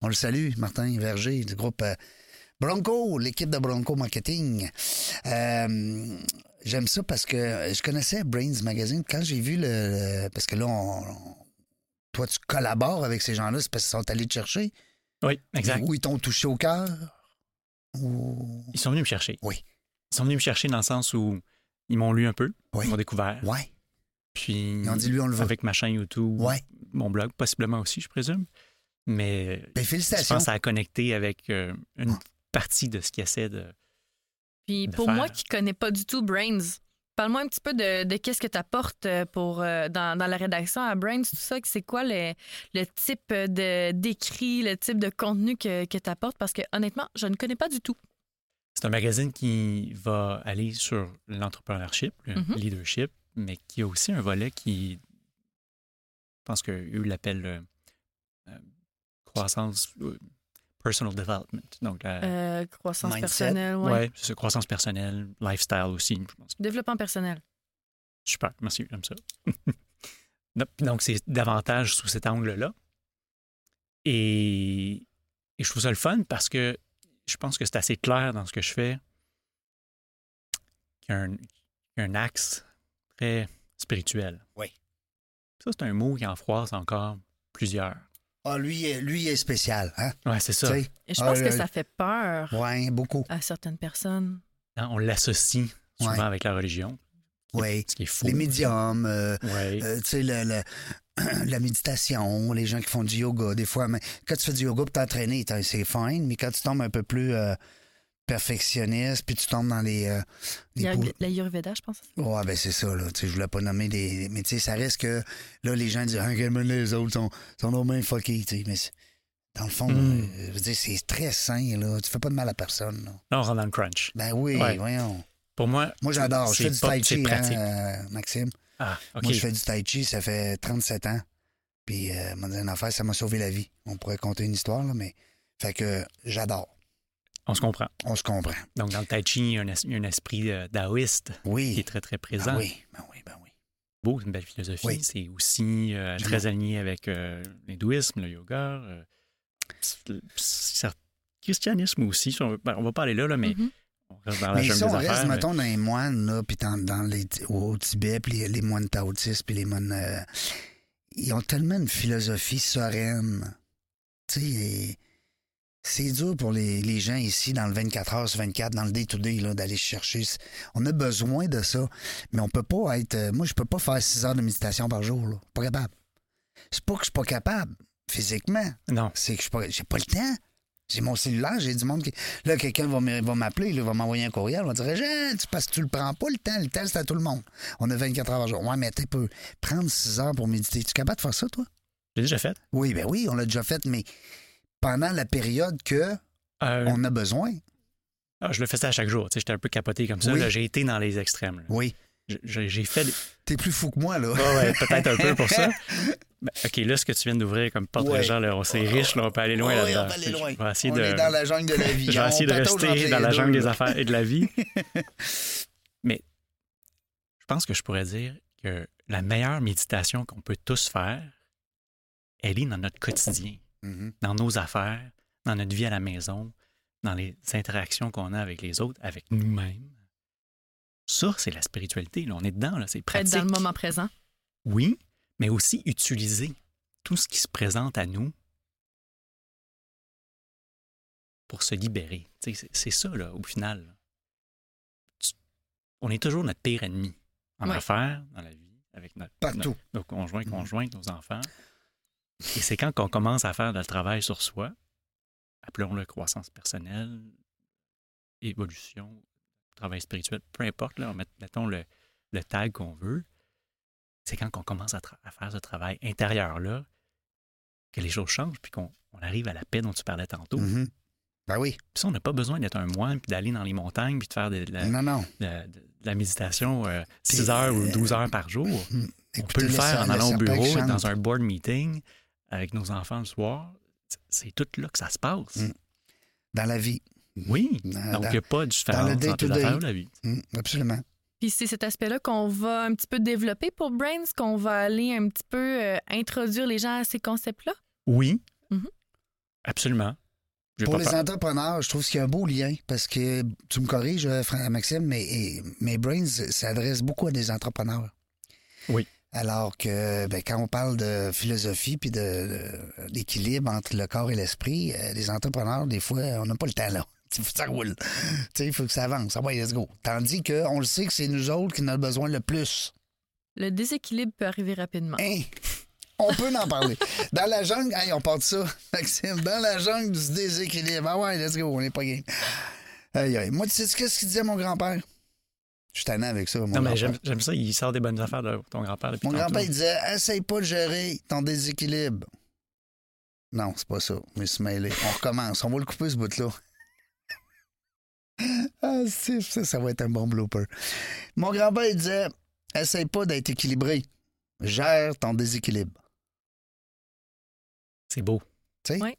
[SPEAKER 1] On le salue, Martin Verger du groupe euh, Bronco, l'équipe de Bronco Marketing. Euh, J'aime ça parce que je connaissais Brains Magazine quand j'ai vu le. Parce que là, on- on- toi, tu collabores avec ces gens-là, c'est parce qu'ils sont allés te chercher.
[SPEAKER 3] Oui, exact.
[SPEAKER 1] Ou ils t'ont touché au cœur. Ou...
[SPEAKER 3] Ils sont venus me chercher.
[SPEAKER 1] Oui.
[SPEAKER 3] Ils sont venus me chercher dans le sens où ils m'ont lu un peu,
[SPEAKER 1] Oui.
[SPEAKER 3] ils m'ont découvert.
[SPEAKER 1] Ouais.
[SPEAKER 3] Puis,
[SPEAKER 1] Ils ont dit, lui, on le veut.
[SPEAKER 3] avec ma chaîne YouTube,
[SPEAKER 1] Ouais.
[SPEAKER 3] mon blog, possiblement aussi, je présume. Mais
[SPEAKER 1] Ben,
[SPEAKER 3] je
[SPEAKER 1] félicitations.
[SPEAKER 3] pense que ça a connecté avec euh, une partie de ce qu'il essaie de,
[SPEAKER 2] Puis
[SPEAKER 3] De
[SPEAKER 2] pour
[SPEAKER 3] faire.
[SPEAKER 2] moi qui connais pas du tout Brains, parle-moi un petit peu de, de qu'est-ce que tu apportes pour, euh, dans, dans la rédaction à Brains, tout ça. que C'est quoi le, le type de- d'écrit, le type de contenu que, que tu apportes? Parce que honnêtement, je ne connais pas du tout.
[SPEAKER 3] C'est un magazine qui va aller sur l'entrepreneurship, le
[SPEAKER 2] Mhm.
[SPEAKER 3] leadership, mais qui a aussi un volet qui, je pense qu'eux l'appellent euh, euh, croissance, euh, personal development. Donc, la-
[SPEAKER 2] Euh, croissance
[SPEAKER 1] mindset,
[SPEAKER 2] personnelle, ouais.
[SPEAKER 3] ouais, c'est ça, croissance personnelle, lifestyle aussi, je pense.
[SPEAKER 2] Développement personnel.
[SPEAKER 3] Super, merci, j'aime ça. Non, puis Donc, c'est davantage sous cet angle-là. Et, et je trouve ça le fun parce que je pense que c'est assez clair dans ce que je fais qu'il y a un, qu'il y a un axe très spirituel.
[SPEAKER 1] Oui.
[SPEAKER 3] Ça, c'est un mot qui en froisse encore plusieurs.
[SPEAKER 1] Ah, Ah, lui, lui est spécial, hein?
[SPEAKER 3] Ouais, c'est ça.
[SPEAKER 1] Tu sais?
[SPEAKER 2] Et je
[SPEAKER 1] Ah,
[SPEAKER 2] pense
[SPEAKER 1] euh,
[SPEAKER 2] que ça fait peur
[SPEAKER 1] Ouais, beaucoup.
[SPEAKER 2] à certaines personnes.
[SPEAKER 3] Hein, On l'associe souvent
[SPEAKER 1] Ouais.
[SPEAKER 3] avec la religion,
[SPEAKER 1] Oui.
[SPEAKER 3] ce qui est fou.
[SPEAKER 1] Les médiums, euh,
[SPEAKER 3] Ouais.
[SPEAKER 1] euh, tu sais, le- le- la méditation, les gens qui font du yoga, des fois. Mais quand tu fais du yoga pour t'entraîner, t'as- c'est fine, mais quand tu tombes un peu plus euh, perfectionniste, puis tu tombes dans les. euh, les
[SPEAKER 2] La-
[SPEAKER 1] pou-
[SPEAKER 2] L'Ayurveda, je pense.
[SPEAKER 1] Ouais, ben c'est ça, là. Tu sais, je voulais pas nommer des. Mais tu sais, ça reste que. Là, les gens disent, ah, quel monde, les autres sont, sont nos mains fuckés, tu sais. Mais c'est- dans le fond,
[SPEAKER 3] Mm.
[SPEAKER 1] euh, je veux dire, c'est très sain, là. Tu fais pas de mal à personne, là.
[SPEAKER 3] Là, on rentre dans le crunch.
[SPEAKER 1] Ben oui,
[SPEAKER 3] Ouais.
[SPEAKER 1] voyons.
[SPEAKER 3] Pour moi,
[SPEAKER 1] Moi, j'adore. Je
[SPEAKER 3] c'est
[SPEAKER 1] fais du
[SPEAKER 3] pas-
[SPEAKER 1] tai
[SPEAKER 3] c'est
[SPEAKER 1] chi, hein,
[SPEAKER 3] pratique.
[SPEAKER 1] euh, Maxime.
[SPEAKER 3] Ah, OK.
[SPEAKER 1] Moi, je fais du tai chi, ça fait 37 ans. Puis, euh, m'a dit une affaire, ça m'a sauvé la vie. On pourrait compter une histoire, là, mais. Fait que j'adore.
[SPEAKER 3] On se comprend.
[SPEAKER 1] On se comprend.
[SPEAKER 3] Donc, dans le tai chi, il y a un, es- il y a un esprit euh, daoïste qui
[SPEAKER 1] Oui.
[SPEAKER 3] est très, très
[SPEAKER 1] Ben
[SPEAKER 3] présent.
[SPEAKER 1] oui, ben oui, ben oui.
[SPEAKER 3] beau, c'est une belle philosophie.
[SPEAKER 1] Oui.
[SPEAKER 3] C'est aussi euh,
[SPEAKER 1] J'aime
[SPEAKER 3] très aligné avec euh, l'hindouisme, le yoga, euh, le cer- christianisme aussi. si on, veut- ben, on va pas aller là, là, mais
[SPEAKER 2] Mhm.
[SPEAKER 3] on reste dans la
[SPEAKER 1] Mais
[SPEAKER 3] jungle
[SPEAKER 1] si on
[SPEAKER 3] des
[SPEAKER 1] reste,
[SPEAKER 3] affaires. mais-
[SPEAKER 1] mettons, dans les moines, là, puis dans, dans les, au, au Tibet, puis les, les moines taotistes, puis les moines... euh, ils ont tellement une philosophie sereine. Tu sais, et c'est dur pour les, les gens ici, dans le 24 heures sur 24, dans le day-to-day, là, d'aller chercher... ce- On a besoin de ça, mais on peut pas être... euh, moi, je peux pas faire 6 heures de méditation par jour, là. Pas capable. C'est pas que je suis pas capable, physiquement.
[SPEAKER 3] Non,
[SPEAKER 1] C'est que je suis pas- j'ai pas le temps. J'ai mon cellulaire, j'ai du monde qui. Là, quelqu'un va me- va m'appeler, il va m'envoyer un courriel, il va dire Jean, tu- parce que tu le prends pas le temps, le temps, c'est à tout le monde. On a 24 heures par jour. Ouais, mais t'es peu. Prendre 6 heures pour méditer. Tu es capable de faire ça, toi?
[SPEAKER 3] j'ai déjà fait.
[SPEAKER 1] Oui, ben oui, on l'a déjà fait, mais pendant la période que
[SPEAKER 3] Euh,
[SPEAKER 1] on a besoin.
[SPEAKER 3] ah, je le faisais à chaque jour. tu sais, J'étais un peu capoté comme ça.
[SPEAKER 1] Oui.
[SPEAKER 3] là, J'ai été dans les extrêmes. là.
[SPEAKER 1] Oui.
[SPEAKER 3] Je- je- J'ai fait des-
[SPEAKER 1] T'es plus fou que moi, là.
[SPEAKER 3] Ouais, ouais, peut-être un peu pour ça. Ben, OK, là, ce que tu viens d'ouvrir comme porte,
[SPEAKER 1] Ouais.
[SPEAKER 3] les gens, là, on s'est riche, là, on peut aller loin
[SPEAKER 1] Ouais,
[SPEAKER 3] là-dedans.
[SPEAKER 1] on va aller loin.
[SPEAKER 3] Je vais essayer
[SPEAKER 1] on
[SPEAKER 3] de-
[SPEAKER 1] est dans la jungle de la vie.
[SPEAKER 3] Je vais
[SPEAKER 1] On
[SPEAKER 3] essayer de
[SPEAKER 1] patauge entre
[SPEAKER 3] rester
[SPEAKER 1] les
[SPEAKER 3] dans la
[SPEAKER 1] deux,
[SPEAKER 3] jungle
[SPEAKER 1] là.
[SPEAKER 3] des affaires et de la vie. Mais je pense que je pourrais dire que la meilleure méditation qu'on peut tous faire, elle est dans notre quotidien,
[SPEAKER 1] Mhm.
[SPEAKER 3] dans nos affaires, dans notre vie à la maison, dans les interactions qu'on a avec les autres, avec nous-mêmes. Ça, c'est la spiritualité. Là. On est dedans, là. c'est
[SPEAKER 2] Être
[SPEAKER 3] pratique.
[SPEAKER 2] dans le moment présent.
[SPEAKER 3] Oui, mais aussi utiliser tout ce qui se présente à nous pour se libérer. Tu sais, C'est c'est ça, là, au final. là. Tu- on est toujours notre pire ennemi en
[SPEAKER 2] Ouais.
[SPEAKER 3] affaires, dans la vie, avec notre,
[SPEAKER 1] Partout.
[SPEAKER 3] notre- nos conjoints,
[SPEAKER 1] Mhm.
[SPEAKER 3] conjointes, nos enfants. Et c'est quand on commence à faire le travail sur soi, appelons-le croissance personnelle, évolution, travail spirituel, peu importe, là, met- mettons le, le tag qu'on veut, c'est quand on commence à, tra- à faire ce travail intérieur-là que les choses changent, puis qu'on on arrive à la paix dont tu parlais tantôt. Puis
[SPEAKER 1] Mhm. Ben oui.
[SPEAKER 3] ça, on n'a pas besoin d'être un moine, puis d'aller dans les montagnes, puis de faire de, la-
[SPEAKER 1] Non, non.
[SPEAKER 3] de- de- de la méditation euh,
[SPEAKER 1] Puis,
[SPEAKER 3] 6 heures ou
[SPEAKER 1] euh,
[SPEAKER 3] 12 heures par jour. On
[SPEAKER 1] Écoutez,
[SPEAKER 3] peut le faire
[SPEAKER 1] ser-
[SPEAKER 3] en allant au
[SPEAKER 1] serpent qui
[SPEAKER 3] bureau,
[SPEAKER 1] chante.
[SPEAKER 3] dans un board meeting, avec nos enfants le soir. C'est- C'est tout là que ça se passe.
[SPEAKER 1] Mm. Dans la vie.
[SPEAKER 3] Oui.
[SPEAKER 1] Dans-
[SPEAKER 3] Donc, il
[SPEAKER 1] dans-
[SPEAKER 3] n'y a pas de différence
[SPEAKER 1] le
[SPEAKER 3] entre les
[SPEAKER 1] day-to-day.
[SPEAKER 3] affaires ou la vie.
[SPEAKER 1] Hum, absolument.
[SPEAKER 2] Puis c'est cet aspect-là qu'on va un petit peu développer pour Brains, qu'on va aller un petit peu euh, introduire les gens à ces concepts-là.
[SPEAKER 3] Oui.
[SPEAKER 2] Mhm.
[SPEAKER 3] Absolument. J'ai
[SPEAKER 1] Pour
[SPEAKER 3] pas
[SPEAKER 1] les
[SPEAKER 3] peur.
[SPEAKER 1] entrepreneurs, je trouve qu'il y a un beau lien parce que tu me corriges, euh, Fran- Maxime, mais et- mes brains s'adressent beaucoup à des entrepreneurs.
[SPEAKER 3] Oui.
[SPEAKER 1] Alors que ben, quand on parle de philosophie puis de, de- d'équilibre entre le corps et l'esprit, euh, les entrepreneurs, des fois, on n'a pas le temps là. Il faut que ça roule. Il faut que ça avance. Ça va, let's go. Tandis qu'on le sait que c'est nous autres qui en avons besoin le plus.
[SPEAKER 2] Le déséquilibre peut arriver rapidement.
[SPEAKER 1] Hein? On peut en parler. Dans la jungle, hey, on part de ça, Maxime. Dans la jungle du déséquilibre. Ah ouais, let's go, on n'est pas game. Aïe, aïe. Moi, tu sais qu'est-ce qu'il disait mon grand-père? Je suis tanné avec ça, mon
[SPEAKER 3] Non, mais
[SPEAKER 1] grand-père.
[SPEAKER 3] j'aime j'aime ça, il sort des bonnes affaires de ton grand-père depuis
[SPEAKER 1] Mon
[SPEAKER 3] tantôt.
[SPEAKER 1] grand-père, il disait, essaye pas de gérer ton déséquilibre. Non, c'est pas ça. Je me suis mêlé. On recommence. On va le couper, ce bout-là. ah, c'est ça, ça va être un bon blooper. Mon grand-père, il disait, essaye pas d'être équilibré. Gère ton déséquilibre.
[SPEAKER 3] C'est beau.
[SPEAKER 1] Ben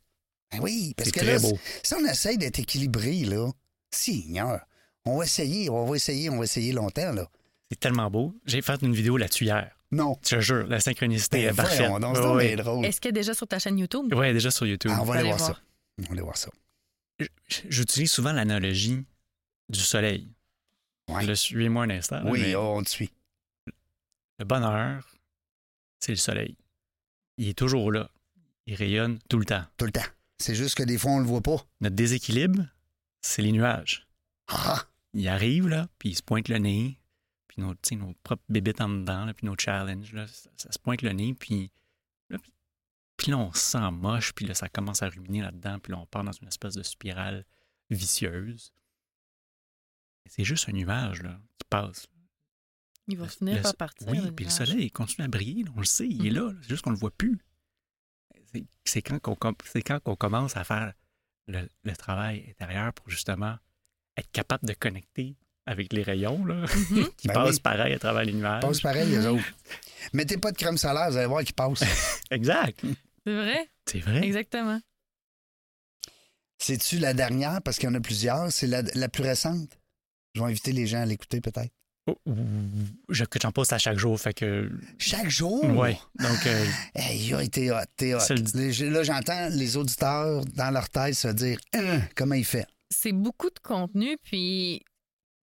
[SPEAKER 1] oui, parce
[SPEAKER 3] C'est
[SPEAKER 1] que
[SPEAKER 3] très
[SPEAKER 1] là,
[SPEAKER 3] beau.
[SPEAKER 1] si on essaye d'être équilibré, là, signeur, on va essayer, on va essayer, on va essayer longtemps, là.
[SPEAKER 3] C'est tellement beau. J'ai fait une vidéo là-dessus hier.
[SPEAKER 1] Non.
[SPEAKER 3] Je te jure, la synchronicité
[SPEAKER 1] Ben,
[SPEAKER 3] est parfaite.
[SPEAKER 1] voyons donc,
[SPEAKER 3] Ouais,
[SPEAKER 1] c'est donc
[SPEAKER 3] ouais.
[SPEAKER 1] bien drôle.
[SPEAKER 2] Est-ce qu'il y a déjà sur ta chaîne YouTube?
[SPEAKER 3] Ouais, déjà sur YouTube.
[SPEAKER 1] Ah, on va aller
[SPEAKER 2] Allez
[SPEAKER 1] voir,
[SPEAKER 2] voir.
[SPEAKER 1] ça. On va aller voir ça.
[SPEAKER 3] J- J'utilise souvent l'analogie du soleil.
[SPEAKER 1] Ouais.
[SPEAKER 3] Le suivez-moi un instant. là,
[SPEAKER 1] Oui, oh,
[SPEAKER 3] mais
[SPEAKER 1] on te suit.
[SPEAKER 3] Le bonheur, c'est le soleil. Il est toujours là. il rayonne tout le temps.
[SPEAKER 1] tout le temps. C'est juste que des fois, on le voit pas.
[SPEAKER 3] Notre déséquilibre, c'est les nuages.
[SPEAKER 1] Ah!
[SPEAKER 3] Il arrive, là, puis il se pointe le nez, puis nos, tu sais, nos propres bébites en dedans, là, puis nos challenges, là, ça, ça se pointe le nez, puis là, puis- puis là, on se sent moche, puis là, ça commence à ruminer là-dedans, puis là, on part dans une espèce de spirale vicieuse. C'est juste un nuage, là, qui passe.
[SPEAKER 2] Il va
[SPEAKER 3] Le-
[SPEAKER 2] finir
[SPEAKER 3] le-
[SPEAKER 2] par partir.
[SPEAKER 3] Oui,
[SPEAKER 2] le
[SPEAKER 3] puis le
[SPEAKER 2] nuage.
[SPEAKER 3] soleil il continue à briller, là, on le sait, il est
[SPEAKER 2] Mhm.
[SPEAKER 3] là, là, c'est juste qu'on le voit plus. C'est- C'est quand qu'on com- c'est quand qu'on commence à faire le, le travail intérieur pour justement être capable de connecter avec les rayons là,
[SPEAKER 2] Mhm.
[SPEAKER 3] qui
[SPEAKER 1] Ben
[SPEAKER 3] passent
[SPEAKER 1] oui.
[SPEAKER 3] pareil à travers les nuages.
[SPEAKER 1] Passe pareil, les autres. Mettez pas de crème solaire, vous allez voir qu'ils passent.
[SPEAKER 3] Exact.
[SPEAKER 2] C'est vrai,
[SPEAKER 3] C'est vrai.
[SPEAKER 2] exactement.
[SPEAKER 1] C'est-tu la dernière, parce qu'il y en a plusieurs, c'est la, la plus récente? Je vais inviter les gens à l'écouter peut-être.
[SPEAKER 3] Oh, ouh, je, que j'en poste à chaque jour, fait que
[SPEAKER 1] Chaque jour?
[SPEAKER 3] ouais. Donc euh,
[SPEAKER 1] Hey, yo, t'es hot, t'es hot.
[SPEAKER 3] Ça le dit.
[SPEAKER 1] Les- Là, j'entends les auditeurs dans leur tête se dire Hum, comment il fait.
[SPEAKER 2] C'est beaucoup de contenu, puis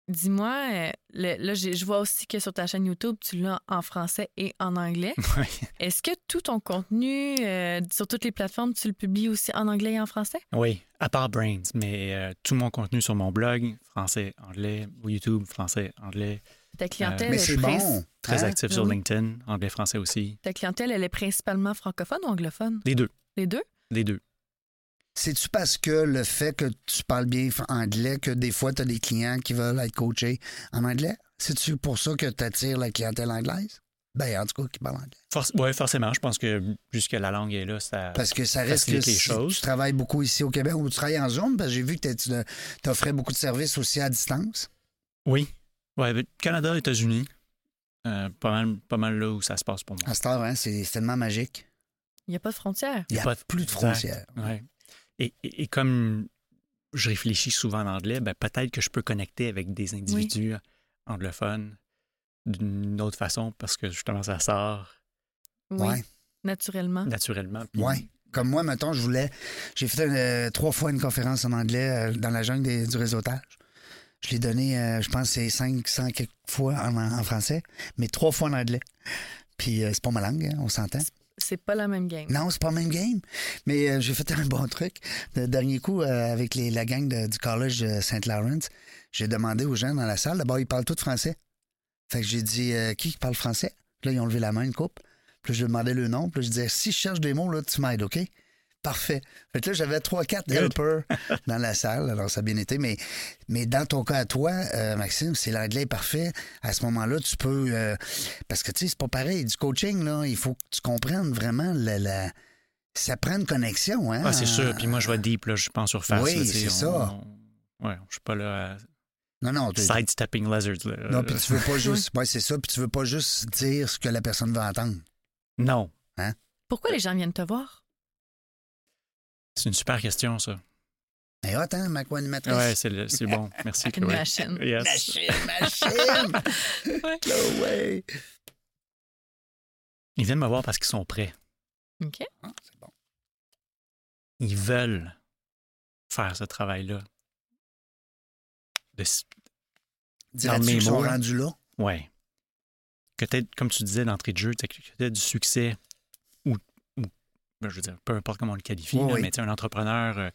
[SPEAKER 2] dis-moi, euh, le- là, j'ai- je vois aussi que sur ta chaîne YouTube, tu l'as en français et en anglais.
[SPEAKER 3] ouais.
[SPEAKER 2] Est-ce que tout ton contenu euh, sur toutes les plateformes, tu le publies aussi en anglais et en français?
[SPEAKER 3] Oui, à part Brains, mais euh, tout mon contenu sur mon blog, français, anglais, YouTube, français, anglais,
[SPEAKER 2] Ta clientèle,
[SPEAKER 1] Mais
[SPEAKER 2] est
[SPEAKER 1] c'est
[SPEAKER 2] prin-
[SPEAKER 1] bon.
[SPEAKER 3] très
[SPEAKER 1] hein?
[SPEAKER 3] actif sur
[SPEAKER 2] Ah, ben Oui.
[SPEAKER 3] LinkedIn, anglais, français aussi.
[SPEAKER 2] ta clientèle, elle est principalement francophone ou anglophone?
[SPEAKER 3] Les deux.
[SPEAKER 2] Les deux?
[SPEAKER 3] Les deux.
[SPEAKER 1] C'est-tu parce que le fait que tu parles bien f- anglais que des fois, tu as des clients qui veulent être coachés en anglais? C'est-tu pour ça que tu attires la clientèle anglaise? Ben, en tout cas, qui parle anglais.
[SPEAKER 3] oui, forcément. Je pense que jusque la langue est là, ça.
[SPEAKER 1] Parce que ça reste que
[SPEAKER 3] Facilite les
[SPEAKER 1] si
[SPEAKER 3] choses.
[SPEAKER 1] tu travailles beaucoup ici au Québec ou tu travailles en zone, parce que j'ai vu que t'es- tu offrais beaucoup de services aussi à distance.
[SPEAKER 3] Oui. Ouais, mais Canada, États-Unis, euh, pas, mal, pas mal là où ça se passe pour moi.
[SPEAKER 1] À cette heure, hein, c'est c'est tellement magique.
[SPEAKER 2] Il n'y a pas de frontières.
[SPEAKER 1] Il n'y a,
[SPEAKER 3] pas de-
[SPEAKER 1] plus de
[SPEAKER 3] Exact.
[SPEAKER 1] frontières.
[SPEAKER 3] Ouais. Et, et- et comme je réfléchis souvent en anglais, ben, peut-être que je peux connecter avec des individus anglophones d'une autre façon parce que justement ça sort
[SPEAKER 2] Oui,
[SPEAKER 1] Ouais.
[SPEAKER 2] naturellement.
[SPEAKER 3] naturellement. puis-
[SPEAKER 1] Ouais. Comme moi, mettons, je voulais. J'ai fait euh, trois fois une conférence en anglais euh, dans la jungle des- du réseautage. Je l'ai donné, euh, je pense, c'est 500 quelques fois en, en français, mais trois fois en anglais. Puis euh, c'est pas ma langue, hein, on s'entend.
[SPEAKER 2] C'est pas la même game.
[SPEAKER 1] Non, c'est pas le même game. Mais euh, j'ai fait un bon truc. Le dernier coup, euh, avec les- la gang de- du College de St. Lawrence, j'ai demandé aux gens dans la salle, d'abord, ils parlent tous français. Fait que j'ai dit, euh, qui parle français? Puis là, ils ont levé la main, une coupe. Puis là, je demandais le nom. Puis là, je disais, si je cherche des mots, là, tu m'aides, OK? Parfait. Fait que là, j'avais trois, quatre
[SPEAKER 3] Good.
[SPEAKER 1] helpers dans la salle. Alors, ça a bien été. Mais, mais dans ton cas à toi, euh, Maxime, c'est l'anglais est parfait. À ce moment-là, tu peux. euh, parce que, tu sais, c'est pas pareil. Du coaching, là, il faut que tu comprennes vraiment la. la- ça prend une connexion, hein?
[SPEAKER 3] Ah, c'est sûr.
[SPEAKER 1] en-
[SPEAKER 3] Puis moi, je vais deep, là, je pense surface.
[SPEAKER 1] Oui,
[SPEAKER 3] là, tu sais,
[SPEAKER 1] c'est ça.
[SPEAKER 3] on- ouais, je suis pas là à
[SPEAKER 1] Non, non, t'es-
[SPEAKER 3] sidestepping lizards. là.
[SPEAKER 1] Non, puis tu veux pas juste. ouais, c'est ça. Puis tu veux pas juste dire ce que la personne veut entendre.
[SPEAKER 3] Non.
[SPEAKER 2] Pourquoi les gens viennent te voir?
[SPEAKER 3] C'est une super question, ça.
[SPEAKER 1] Mais attends, ma co-animatrice.
[SPEAKER 3] Ouais, c'est le- c'est bon. Merci,
[SPEAKER 2] Une
[SPEAKER 3] Chloé.
[SPEAKER 2] machine.
[SPEAKER 3] Yes.
[SPEAKER 1] Machine, machine!
[SPEAKER 2] Ouais.
[SPEAKER 3] Ah
[SPEAKER 1] Chloé!
[SPEAKER 3] Ils viennent me voir parce qu'ils sont prêts.
[SPEAKER 2] OK.
[SPEAKER 1] Ah, c'est bon.
[SPEAKER 3] Ils veulent faire ce travail-là. De s-
[SPEAKER 1] Dirais-tu
[SPEAKER 3] mes
[SPEAKER 1] qu'ils sont
[SPEAKER 3] mots, hein. là.
[SPEAKER 1] rendus là?
[SPEAKER 3] Ouais. Que t'aies- comme tu disais d'entrée de jeu, tu sais, que tu as du succès ou, ou- ben, je veux dire, peu importe comment on le qualifie,
[SPEAKER 1] Oui,
[SPEAKER 3] là,
[SPEAKER 1] oui.
[SPEAKER 3] mais tu sais, un entrepreneur euh,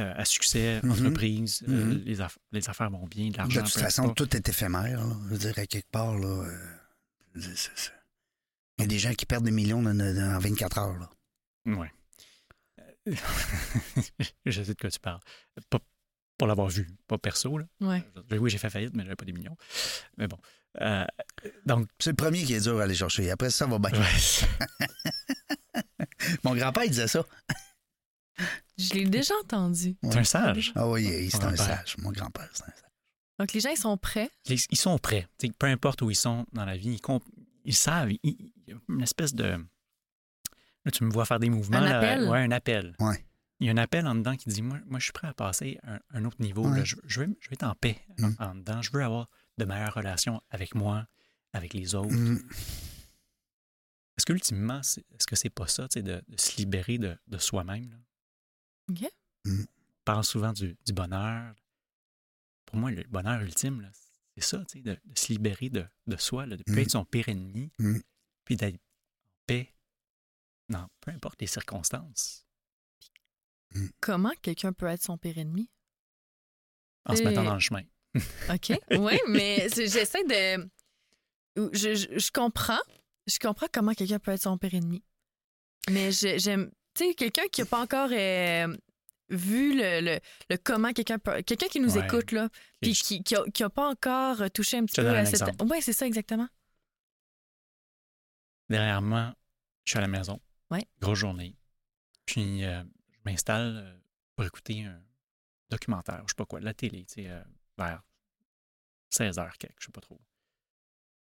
[SPEAKER 3] euh, à succès,
[SPEAKER 1] Mhm.
[SPEAKER 3] entreprise, euh,
[SPEAKER 1] Mhm.
[SPEAKER 3] les, aff- les affaires vont bien, de
[SPEAKER 1] De
[SPEAKER 3] l'argent.
[SPEAKER 1] toute
[SPEAKER 3] peu
[SPEAKER 1] façon,
[SPEAKER 3] importe.
[SPEAKER 1] tout est éphémère. là. Je veux dire, à quelque part, là. euh, c'est- c'est- c'est- Il y a des gens qui perdent des millions dans- dans- en 24 heures. Là.
[SPEAKER 3] Ouais. Euh, je sais de quoi tu parles. Pas pour l'avoir vu, pas perso. Là.
[SPEAKER 2] Ouais.
[SPEAKER 3] Je- Oui, j'ai fait faillite, mais j'avais pas des millions. Mais bon. Euh, donc,
[SPEAKER 1] C'est le premier qui est dur à aller chercher. Après ça, va bien. Mon grand-père, il disait ça.
[SPEAKER 2] Je l'ai déjà entendu.
[SPEAKER 3] t'es un sage.
[SPEAKER 1] Ah oui, il- c'est
[SPEAKER 3] Mon
[SPEAKER 1] un
[SPEAKER 3] grand-père.
[SPEAKER 1] sage. Mon grand-père, c'est un sage.
[SPEAKER 2] Donc, les gens, ils sont prêts.
[SPEAKER 3] Les- Ils sont prêts. Tu sais, peu importe où ils sont dans la vie, ils, comp- ils savent. Il il- il y a une espèce de. Là, tu me vois faire des mouvements.
[SPEAKER 2] Un
[SPEAKER 3] là.
[SPEAKER 2] appel.
[SPEAKER 3] Ouais, un appel.
[SPEAKER 1] Ouais.
[SPEAKER 3] Il y a un appel en dedans qui dit Moi, moi je suis prêt à passer à un, un autre niveau.
[SPEAKER 1] Ouais.
[SPEAKER 3] là. Je, je veux, je veux être en paix en-
[SPEAKER 1] Mm.
[SPEAKER 3] en, dedans. Je veux avoir de meilleures relations avec moi, avec les autres.
[SPEAKER 1] Mhm.
[SPEAKER 3] Est-ce qu'ultimement, c'est- est-ce que c'est pas ça, tu sais, de, de se libérer de, de soi-même? là?
[SPEAKER 2] OK.
[SPEAKER 1] Mm.
[SPEAKER 3] On parle souvent du, du bonheur. Pour moi, le bonheur ultime, là, c'est ça, tu sais, de, de se libérer de, de soi, là, de ne plus
[SPEAKER 1] Mm.
[SPEAKER 3] être son pire ennemi,
[SPEAKER 1] Mm.
[SPEAKER 3] puis d'être en paix Non, peu importe les circonstances.
[SPEAKER 2] Comment quelqu'un peut être son pire ennemi?
[SPEAKER 3] En se
[SPEAKER 2] Et-
[SPEAKER 3] mettant dans le chemin.
[SPEAKER 2] OK. Oui, mais c'est- j'essaie de. Je, je- je comprends. Je comprends comment quelqu'un peut être son pire ennemi. Mais je- j'aime. Tu sais, quelqu'un qui n'a pas encore euh, vu le, le- le comment quelqu'un peut. Quelqu'un qui nous
[SPEAKER 3] Ouais.
[SPEAKER 2] écoute, là, puis
[SPEAKER 3] je-
[SPEAKER 2] qui n'a pas encore touché un petit
[SPEAKER 3] Je te
[SPEAKER 2] peu
[SPEAKER 3] donne
[SPEAKER 2] à
[SPEAKER 3] un
[SPEAKER 2] cette.
[SPEAKER 3] exemple.
[SPEAKER 2] Oui, c'est ça, exactement.
[SPEAKER 3] Dernièrement, je suis à la maison.
[SPEAKER 2] Ouais.
[SPEAKER 3] Grosse journée. Puis euh, je m'installe euh, pour écouter un documentaire, je sais pas quoi, de la télé, tu sais, euh, vers 16h quelque, je sais pas trop.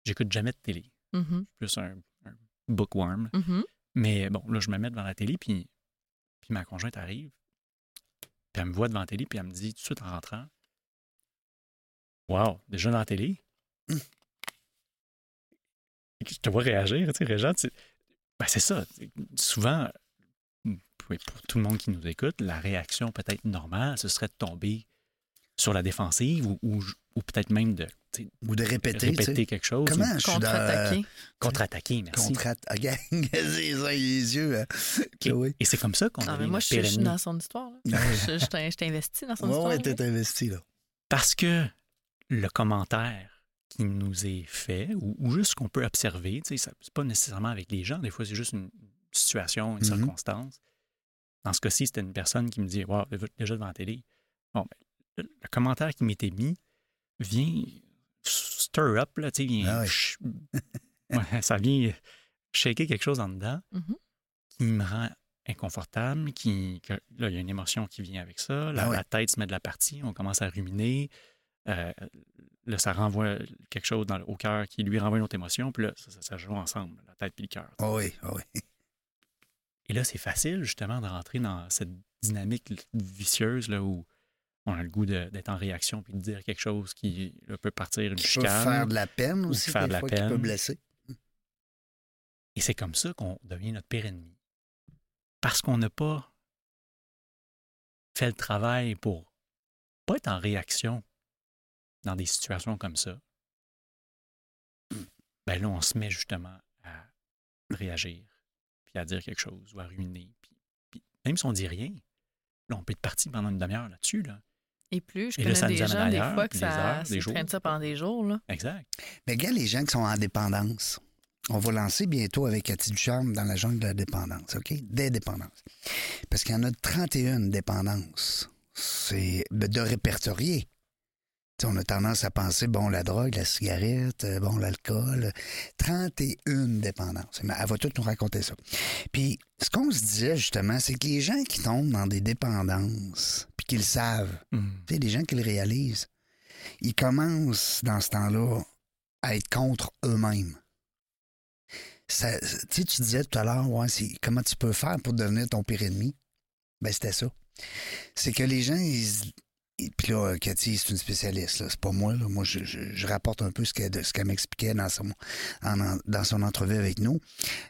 [SPEAKER 3] J'écoute jamais de télé.
[SPEAKER 2] Mhm,
[SPEAKER 3] Je suis plus un, un bookworm.
[SPEAKER 2] mhm.
[SPEAKER 3] Mais bon, là, je me mets devant la télé, puis, puis ma conjointe arrive, puis elle me voit devant la télé, puis elle me dit tout de suite en rentrant Wow, déjà dans la télé
[SPEAKER 1] Hmm.
[SPEAKER 3] Je te vois réagir, tu sais, Réjean. tu- Ben, c'est ça. tu sais, Souvent, pour pour tout le monde qui nous écoute, la réaction peut-être normale, ce serait de tomber sur la défensive ou, ou- ou peut-être même de tu sais,
[SPEAKER 1] Ou de répéter. tu sais.
[SPEAKER 3] répéter quelque chose, ou
[SPEAKER 1] Comment je suis dans... Ah,
[SPEAKER 2] Contre-attaquer.
[SPEAKER 3] contre-attaquer, merci.
[SPEAKER 1] Contre-attaquer. les yeux. hein.
[SPEAKER 3] Et,
[SPEAKER 1] Oui.
[SPEAKER 3] et c'est comme ça qu'on
[SPEAKER 2] Ah,
[SPEAKER 3] devient
[SPEAKER 2] mais moi, je,
[SPEAKER 3] notre
[SPEAKER 2] suis-
[SPEAKER 3] pire
[SPEAKER 2] je suis
[SPEAKER 3] ennemi.
[SPEAKER 2] dans son histoire. là. Je, je t'in- je t'investis dans son
[SPEAKER 1] Ouais,
[SPEAKER 2] histoire. hein?
[SPEAKER 1] ouais,
[SPEAKER 2] là.
[SPEAKER 1] t'es investi, là.
[SPEAKER 3] Parce que le commentaire qui nous est fait, ou, ou juste ce qu'on peut observer, tu sais, ça- c'est pas nécessairement avec les gens, des fois c'est juste une situation, une
[SPEAKER 1] Mhm.
[SPEAKER 3] circonstance. Dans ce cas-ci, c'était une personne qui me dit Wow, le- déjà devant la télé. Bon, ben, le, le commentaire qui m'était mis vient stir up, là, tu sais, vient-
[SPEAKER 1] Ah oui.
[SPEAKER 3] ch- Ouais, ça vient shaker quelque chose en dedans
[SPEAKER 2] Mhm.
[SPEAKER 3] qui me rend inconfortable, qui, que- là, il y a une émotion qui vient avec ça, la,
[SPEAKER 1] Ah ouais.
[SPEAKER 3] la tête se met de la partie, on commence à ruminer, euh, là, ça renvoie quelque chose dans, le- au cœur qui lui renvoie une autre émotion, puis là, ça, ça- ça joue ensemble, la tête puis le cœur.
[SPEAKER 1] Ah oui, ah oui.
[SPEAKER 3] Et là, c'est facile, justement, de rentrer dans cette dynamique vicieuse, là, où on a le goût de- d'être en réaction, puis de dire quelque chose qui là, peut partir une
[SPEAKER 1] Qui peut
[SPEAKER 3] chicane.
[SPEAKER 1] faire de la peine
[SPEAKER 3] ou
[SPEAKER 1] aussi,
[SPEAKER 3] faire
[SPEAKER 1] des
[SPEAKER 3] de la
[SPEAKER 1] fois, qui peut
[SPEAKER 3] peine.
[SPEAKER 1] blesser.
[SPEAKER 3] Et c'est comme ça qu'on devient notre pire ennemi. Parce qu'on n'a pas fait le travail pour pas être en réaction dans des situations comme ça. Ben là, on se met justement à réagir, puis à dire quelque chose, ou à ruiner. Puis, puis même si on dit rien, là, on peut être parti pendant une demi-heure là-dessus. Là.
[SPEAKER 2] Et plus, je
[SPEAKER 3] Et là,
[SPEAKER 2] connais
[SPEAKER 3] ça
[SPEAKER 2] des
[SPEAKER 3] nous amène
[SPEAKER 2] gens, des
[SPEAKER 3] ailleurs,
[SPEAKER 2] fois, que
[SPEAKER 3] puis des
[SPEAKER 2] ça
[SPEAKER 3] heures,
[SPEAKER 2] ça
[SPEAKER 3] des
[SPEAKER 2] traîne
[SPEAKER 3] jours.
[SPEAKER 2] ça pendant des jours. Là.
[SPEAKER 3] Exact.
[SPEAKER 1] Mais regarde les gens qui sont en dépendance. On va lancer bientôt avec Cathy Ducharme dans la jungle de la dépendance, OK? Des dépendances. Parce qu'il y en a 31 dépendances. C'est ben, de répertorier. Tu sais, on a tendance à penser, bon, la drogue, la cigarette, euh, bon, l'alcool. 31 dépendances. Mais Elle va tout nous raconter ça. Puis, ce qu'on se disait justement, c'est que les gens qui tombent dans des dépendances, puis qu'ils le savent, tu sais, les gens qui le réalisent, ils commencent dans ce temps-là à être contre eux-mêmes. Ça- tu sais, tu disais tout à l'heure, ouais, c'est- comment tu peux faire pour devenir ton pire ennemi? Ben, c'était ça. C'est que les gens, ils. se- ils- Puis là, Cathy, c'est une spécialiste, là. C'est pas moi, là. Moi, je, je- je rapporte un peu ce qu'elle ce qu'elle m'expliquait dans son, en- en- dans son entrevue avec nous.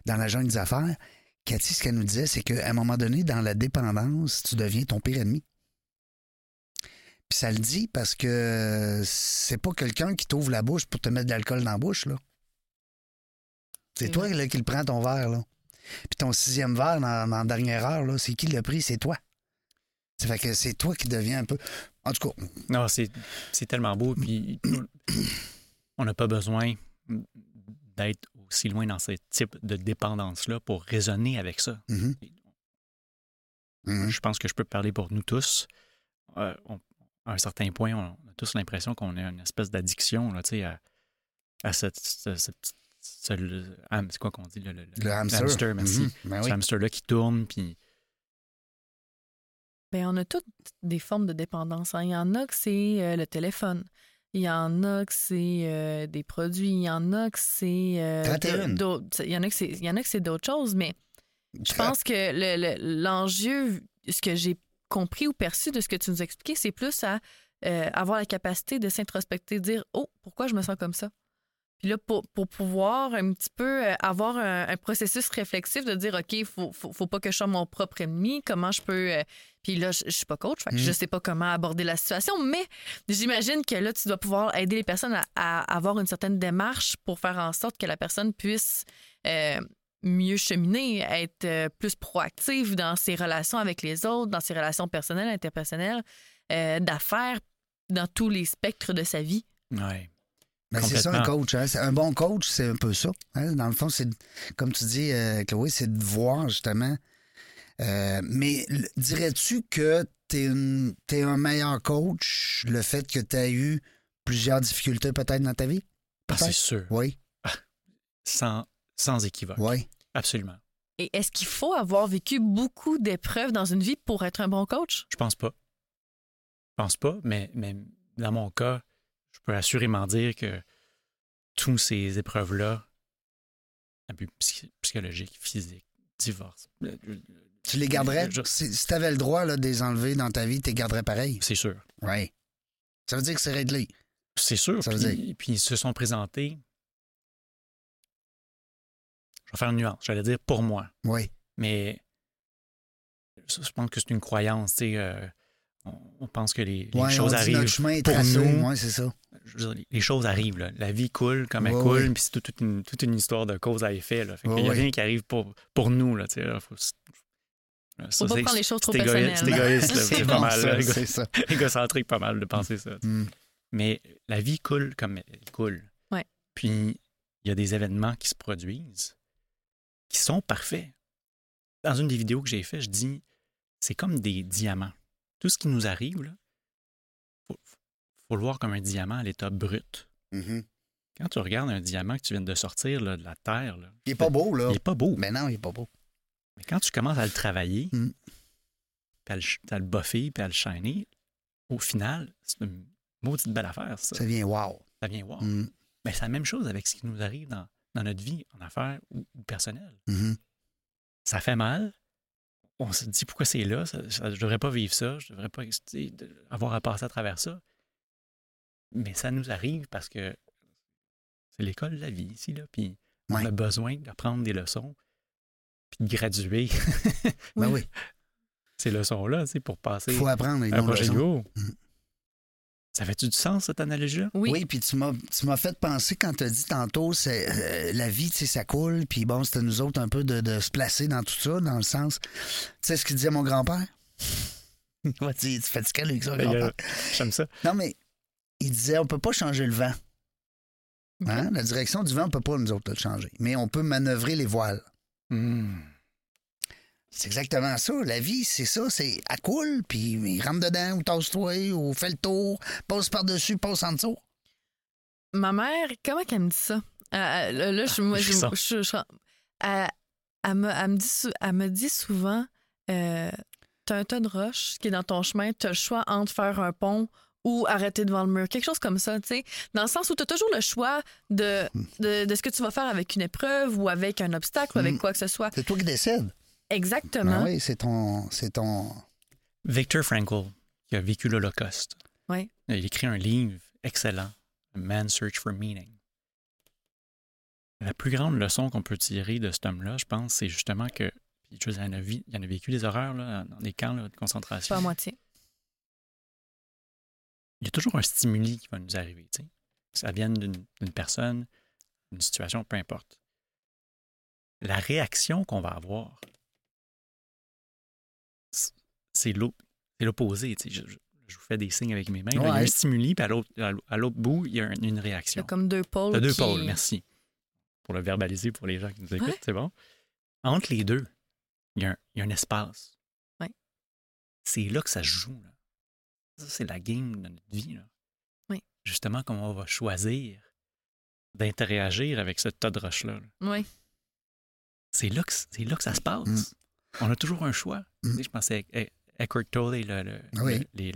[SPEAKER 1] Dans la jungle des affaires, Cathy, ce qu'elle nous disait, c'est qu'à un moment donné, dans la dépendance, tu deviens ton pire ennemi. Puis ça le dit parce que c'est pas quelqu'un qui t'ouvre la bouche pour te mettre de l'alcool dans la bouche, là. C'est
[SPEAKER 3] Mm-hmm.
[SPEAKER 2] C'est
[SPEAKER 1] toi
[SPEAKER 2] vrai.
[SPEAKER 1] là, qui le prends ton verre, là. Puis ton sixième verre dans, dans la dernière heure, là, c'est qui l'a pris? C'est toi. Ça fait que c'est toi qui deviens un peu. En tout cas,
[SPEAKER 3] Non, c'est c'est tellement beau. Puis on n'a pas besoin d'être aussi loin dans ce type de dépendance-là pour raisonner avec ça.
[SPEAKER 1] mhm,
[SPEAKER 3] Mm-hmm.
[SPEAKER 1] mhm,
[SPEAKER 3] Je pense que je peux parler pour nous tous. Euh, on- à un certain point, on a tous l'impression qu'on a une espèce d'addiction là, tu sais, à, à cette, ce- ce petit- ce- le- ham- c'est quoi qu'on dit? Le, le- le-
[SPEAKER 1] le hamster.
[SPEAKER 3] hamster, merci.
[SPEAKER 1] Mhm, ben
[SPEAKER 3] ce
[SPEAKER 1] oui.
[SPEAKER 3] hamster-là qui tourne, puis
[SPEAKER 2] Ben, on a toutes des formes de dépendance. hein. Il y en a que c'est euh, le téléphone. Il y en a que c'est euh, des produits. Il y en a que c'est. euh,
[SPEAKER 1] 31.
[SPEAKER 2] d'autres- Il y en a que c'est- il y en a que c'est d'autres choses, mais je pense que le- le- l'enjeu, ce que j'ai compris ou perçu de ce que tu nous expliquais, c'est plus à euh, avoir la capacité de s'introspecter, de dire Oh, pourquoi je me sens comme ça? Puis là, pour, pour pouvoir un petit peu euh, avoir un, un processus réflexif de dire OK, faut, faut, faut pas que je sois mon propre ennemi, comment je peux. euh, Puis là, je, je suis pas coach, fait que
[SPEAKER 1] Mm.
[SPEAKER 2] je sais pas comment aborder la situation, mais j'imagine que là, tu dois pouvoir aider les personnes à, à avoir une certaine démarche pour faire en sorte que la personne puisse. euh, mieux cheminer, être euh, plus proactive dans ses relations avec les autres, dans ses relations personnelles, interpersonnelles, euh, d'affaires, dans tous les spectres de sa vie.
[SPEAKER 3] Ouais.
[SPEAKER 1] Ben, c'est ça un
[SPEAKER 3] Complètement.
[SPEAKER 1] coach. hein. C'est- Un bon coach, c'est un peu ça. hein. Dans le fond, c'est de- comme tu dis, euh, Chloé, c'est de voir justement. Euh, mais l- dirais-tu que t'es une- t'es un meilleur coach le fait que tu as eu plusieurs difficultés peut-être dans ta vie?
[SPEAKER 3] Ah, c'est
[SPEAKER 1] Peut-être.
[SPEAKER 3] sûr.
[SPEAKER 1] Oui,
[SPEAKER 3] Sans, sans équivoque.
[SPEAKER 1] oui.
[SPEAKER 3] Absolument.
[SPEAKER 2] Et est-ce qu'il faut avoir vécu beaucoup d'épreuves dans une vie pour être un bon coach?
[SPEAKER 3] Je pense pas. Je pense pas, mais, mais dans mon cas, je peux assurément dire que toutes ces épreuves-là, abus psy- psychologiques, physiques, divorce, euh,
[SPEAKER 1] Tu les garderais?
[SPEAKER 3] Je-
[SPEAKER 1] Si, tu avais le droit là, de les enlever dans ta vie, tu les garderais pareil?
[SPEAKER 3] c'est sûr.
[SPEAKER 1] Oui. Ça veut dire que c'est réglé.
[SPEAKER 3] C'est sûr.
[SPEAKER 1] Ça veut
[SPEAKER 3] puis, puis ils se sont présentés. Je vais faire une nuance. J'allais dire pour moi.
[SPEAKER 1] Oui.
[SPEAKER 3] Mais je je pense que c'est une croyance. tu sais, euh, on, on pense que les, les
[SPEAKER 1] Ouais,
[SPEAKER 3] choses
[SPEAKER 1] on dit notre
[SPEAKER 3] arrivent.
[SPEAKER 1] chemin est
[SPEAKER 3] pour
[SPEAKER 1] tracé.
[SPEAKER 3] nous.
[SPEAKER 1] Oui, c'est ça.
[SPEAKER 3] Je veux dire, les choses arrivent. là. La vie coule comme elle
[SPEAKER 1] Ouais,
[SPEAKER 3] coule,
[SPEAKER 1] ouais.
[SPEAKER 3] puis c'est tout- toute une, toute une histoire de cause à effet. Là. Fait
[SPEAKER 1] Ouais,
[SPEAKER 3] Il n'y a
[SPEAKER 1] ouais.
[SPEAKER 3] rien qui arrive pour, pour nous. Là, tu sais, là, faut, ça,
[SPEAKER 2] Faut pas
[SPEAKER 3] c'est-
[SPEAKER 2] prendre les choses trop
[SPEAKER 3] c'est égoïste- C'est
[SPEAKER 2] personnelles.
[SPEAKER 3] égoïste, là,
[SPEAKER 2] C'est
[SPEAKER 3] c'est
[SPEAKER 2] bon,
[SPEAKER 3] pas mal. là,
[SPEAKER 1] ça,
[SPEAKER 3] égo-
[SPEAKER 1] c'est ça.
[SPEAKER 3] égocentrique pas mal de penser ça.
[SPEAKER 1] Mm.
[SPEAKER 3] Mais la vie coule comme elle coule.
[SPEAKER 2] Ouais.
[SPEAKER 3] Puis il y a des événements qui se produisent qui sont parfaits. Dans une des vidéos que j'ai fait, je dis c'est comme des diamants. Tout ce qui nous arrive, là, faut, faut le voir comme un diamant à l'état brut.
[SPEAKER 1] Mhm.
[SPEAKER 3] Quand tu regardes un diamant que tu viens de sortir là, de la terre, là,
[SPEAKER 1] Il est pas beau, là.
[SPEAKER 3] il n'est pas beau.
[SPEAKER 1] Mais non, il est pas beau.
[SPEAKER 3] Mais quand tu commences à le travailler,
[SPEAKER 1] Mm.
[SPEAKER 3] puis à le, ch- à le buffer, puis à le shiner, au final, c'est une maudite belle affaire, ça.
[SPEAKER 1] Ça vient wow.
[SPEAKER 3] Ça vient voir.
[SPEAKER 1] Mm.
[SPEAKER 3] Mais c'est la même chose avec ce qui nous arrive dans, dans notre vie, en affaires ou, ou personnelle.
[SPEAKER 1] Mhm.
[SPEAKER 3] Ça fait mal. On se dit pourquoi c'est là. ça- ça- je devrais pas vivre ça. Je devrais pas tu sais, de- avoir à passer à travers ça. Mais ça nous arrive parce que c'est l'école de la vie ici. Là, puis
[SPEAKER 1] Ouais.
[SPEAKER 3] on a besoin d'apprendre des leçons puis de graduer
[SPEAKER 1] Ben
[SPEAKER 2] Oui.
[SPEAKER 1] oui,
[SPEAKER 3] ces leçons-là tu sais, pour passer
[SPEAKER 1] il faut apprendre les
[SPEAKER 3] à un
[SPEAKER 1] longues
[SPEAKER 3] prochain
[SPEAKER 1] leçons.
[SPEAKER 3] niveau.
[SPEAKER 1] Mhm.
[SPEAKER 3] Ça fait-tu du sens, cette analogie-là?
[SPEAKER 2] Oui.
[SPEAKER 1] Oui, puis tu m'as tu m'as fait penser quand tu as dit tantôt, c'est euh, la vie, tu sais, ça coule, puis bon, c'était nous autres un peu de, de se placer dans tout ça, dans le sens. Tu sais ce qu'il disait mon grand-père? Vas-y, tu fatigues avec ça, grand-père.
[SPEAKER 3] J'aime ça.
[SPEAKER 1] Non, mais il disait on peut pas changer le vent. Hein? La direction du vent, on peut pas nous autres le changer. Mais on peut manœuvrer les voiles.
[SPEAKER 3] Mhm.
[SPEAKER 1] C'est exactement ça. La vie, c'est ça. C'est à coule, puis il rentre dedans, ou tasse-toi, ou fais le tour, passe par-dessus, passe en dessous.
[SPEAKER 2] Ma mère, comment qu'elle me dit ça? Euh, euh, là, là, je, moi,
[SPEAKER 3] Ah,
[SPEAKER 2] je,
[SPEAKER 3] frisson.
[SPEAKER 2] je- je- elle, elle me, elle me dit, sou- elle me dit souvent euh, T'as un tas de roches qui est dans ton chemin, t'as le choix entre faire un pont ou arrêter devant le mur. Quelque chose comme ça, tu sais. Dans le sens où t'as toujours le choix de,
[SPEAKER 1] Hmm.
[SPEAKER 2] de, de ce que tu vas faire avec une épreuve ou avec un obstacle ou avec
[SPEAKER 1] Mm.
[SPEAKER 2] quoi que ce soit.
[SPEAKER 1] C'est toi qui décides.
[SPEAKER 2] Exactement.
[SPEAKER 1] Ah Ben oui, c'est ton. C'est ton.
[SPEAKER 3] Victor Frankl, qui a vécu l'Holocauste.
[SPEAKER 2] Ouais.
[SPEAKER 3] Il écrit un livre excellent, A Man's Search for Meaning. La plus grande leçon qu'on peut tirer de cet homme-là, je pense, c'est justement que puis je veux dire, il, en a vi- il en a vécu des horreurs là, dans des camps là, de concentration.
[SPEAKER 2] Pas à moitié.
[SPEAKER 3] Il y a toujours un stimuli qui va nous arriver. tu sais. Que Ça vienne d'une d'une personne, d'une situation, peu importe. La réaction qu'on va avoir, c- c'est l'op- c'est l'opposé. tu sais. Je, je- je vous fais des signes avec mes mains. là. Il y a
[SPEAKER 1] Ouais.
[SPEAKER 3] un stimuli, puis à l'autre- à l'au- à l'autre bout, il y a un- une réaction.
[SPEAKER 2] T'as comme deux pôles.
[SPEAKER 3] T'as deux
[SPEAKER 2] qui-
[SPEAKER 3] pôles, merci. Pour le verbaliser pour les gens qui nous écoutent,
[SPEAKER 2] Ouais.
[SPEAKER 3] c'est bon. Entre les deux, il y a un, il y a un espace.
[SPEAKER 2] Ouais.
[SPEAKER 3] C'est là que ça se joue. là. Ça, c'est la game de notre vie. là.
[SPEAKER 2] Oui.
[SPEAKER 3] Justement, comment on va choisir d'interagir avec ce tas de roches-là. là.
[SPEAKER 2] Oui.
[SPEAKER 3] C'est là, que- c'est là que ça se passe.
[SPEAKER 1] Mm.
[SPEAKER 3] On a toujours un choix.
[SPEAKER 1] Mm.
[SPEAKER 3] Tu sais, je pensais à à Eckhart Tolle, le- le-
[SPEAKER 1] Oui.
[SPEAKER 3] le- les-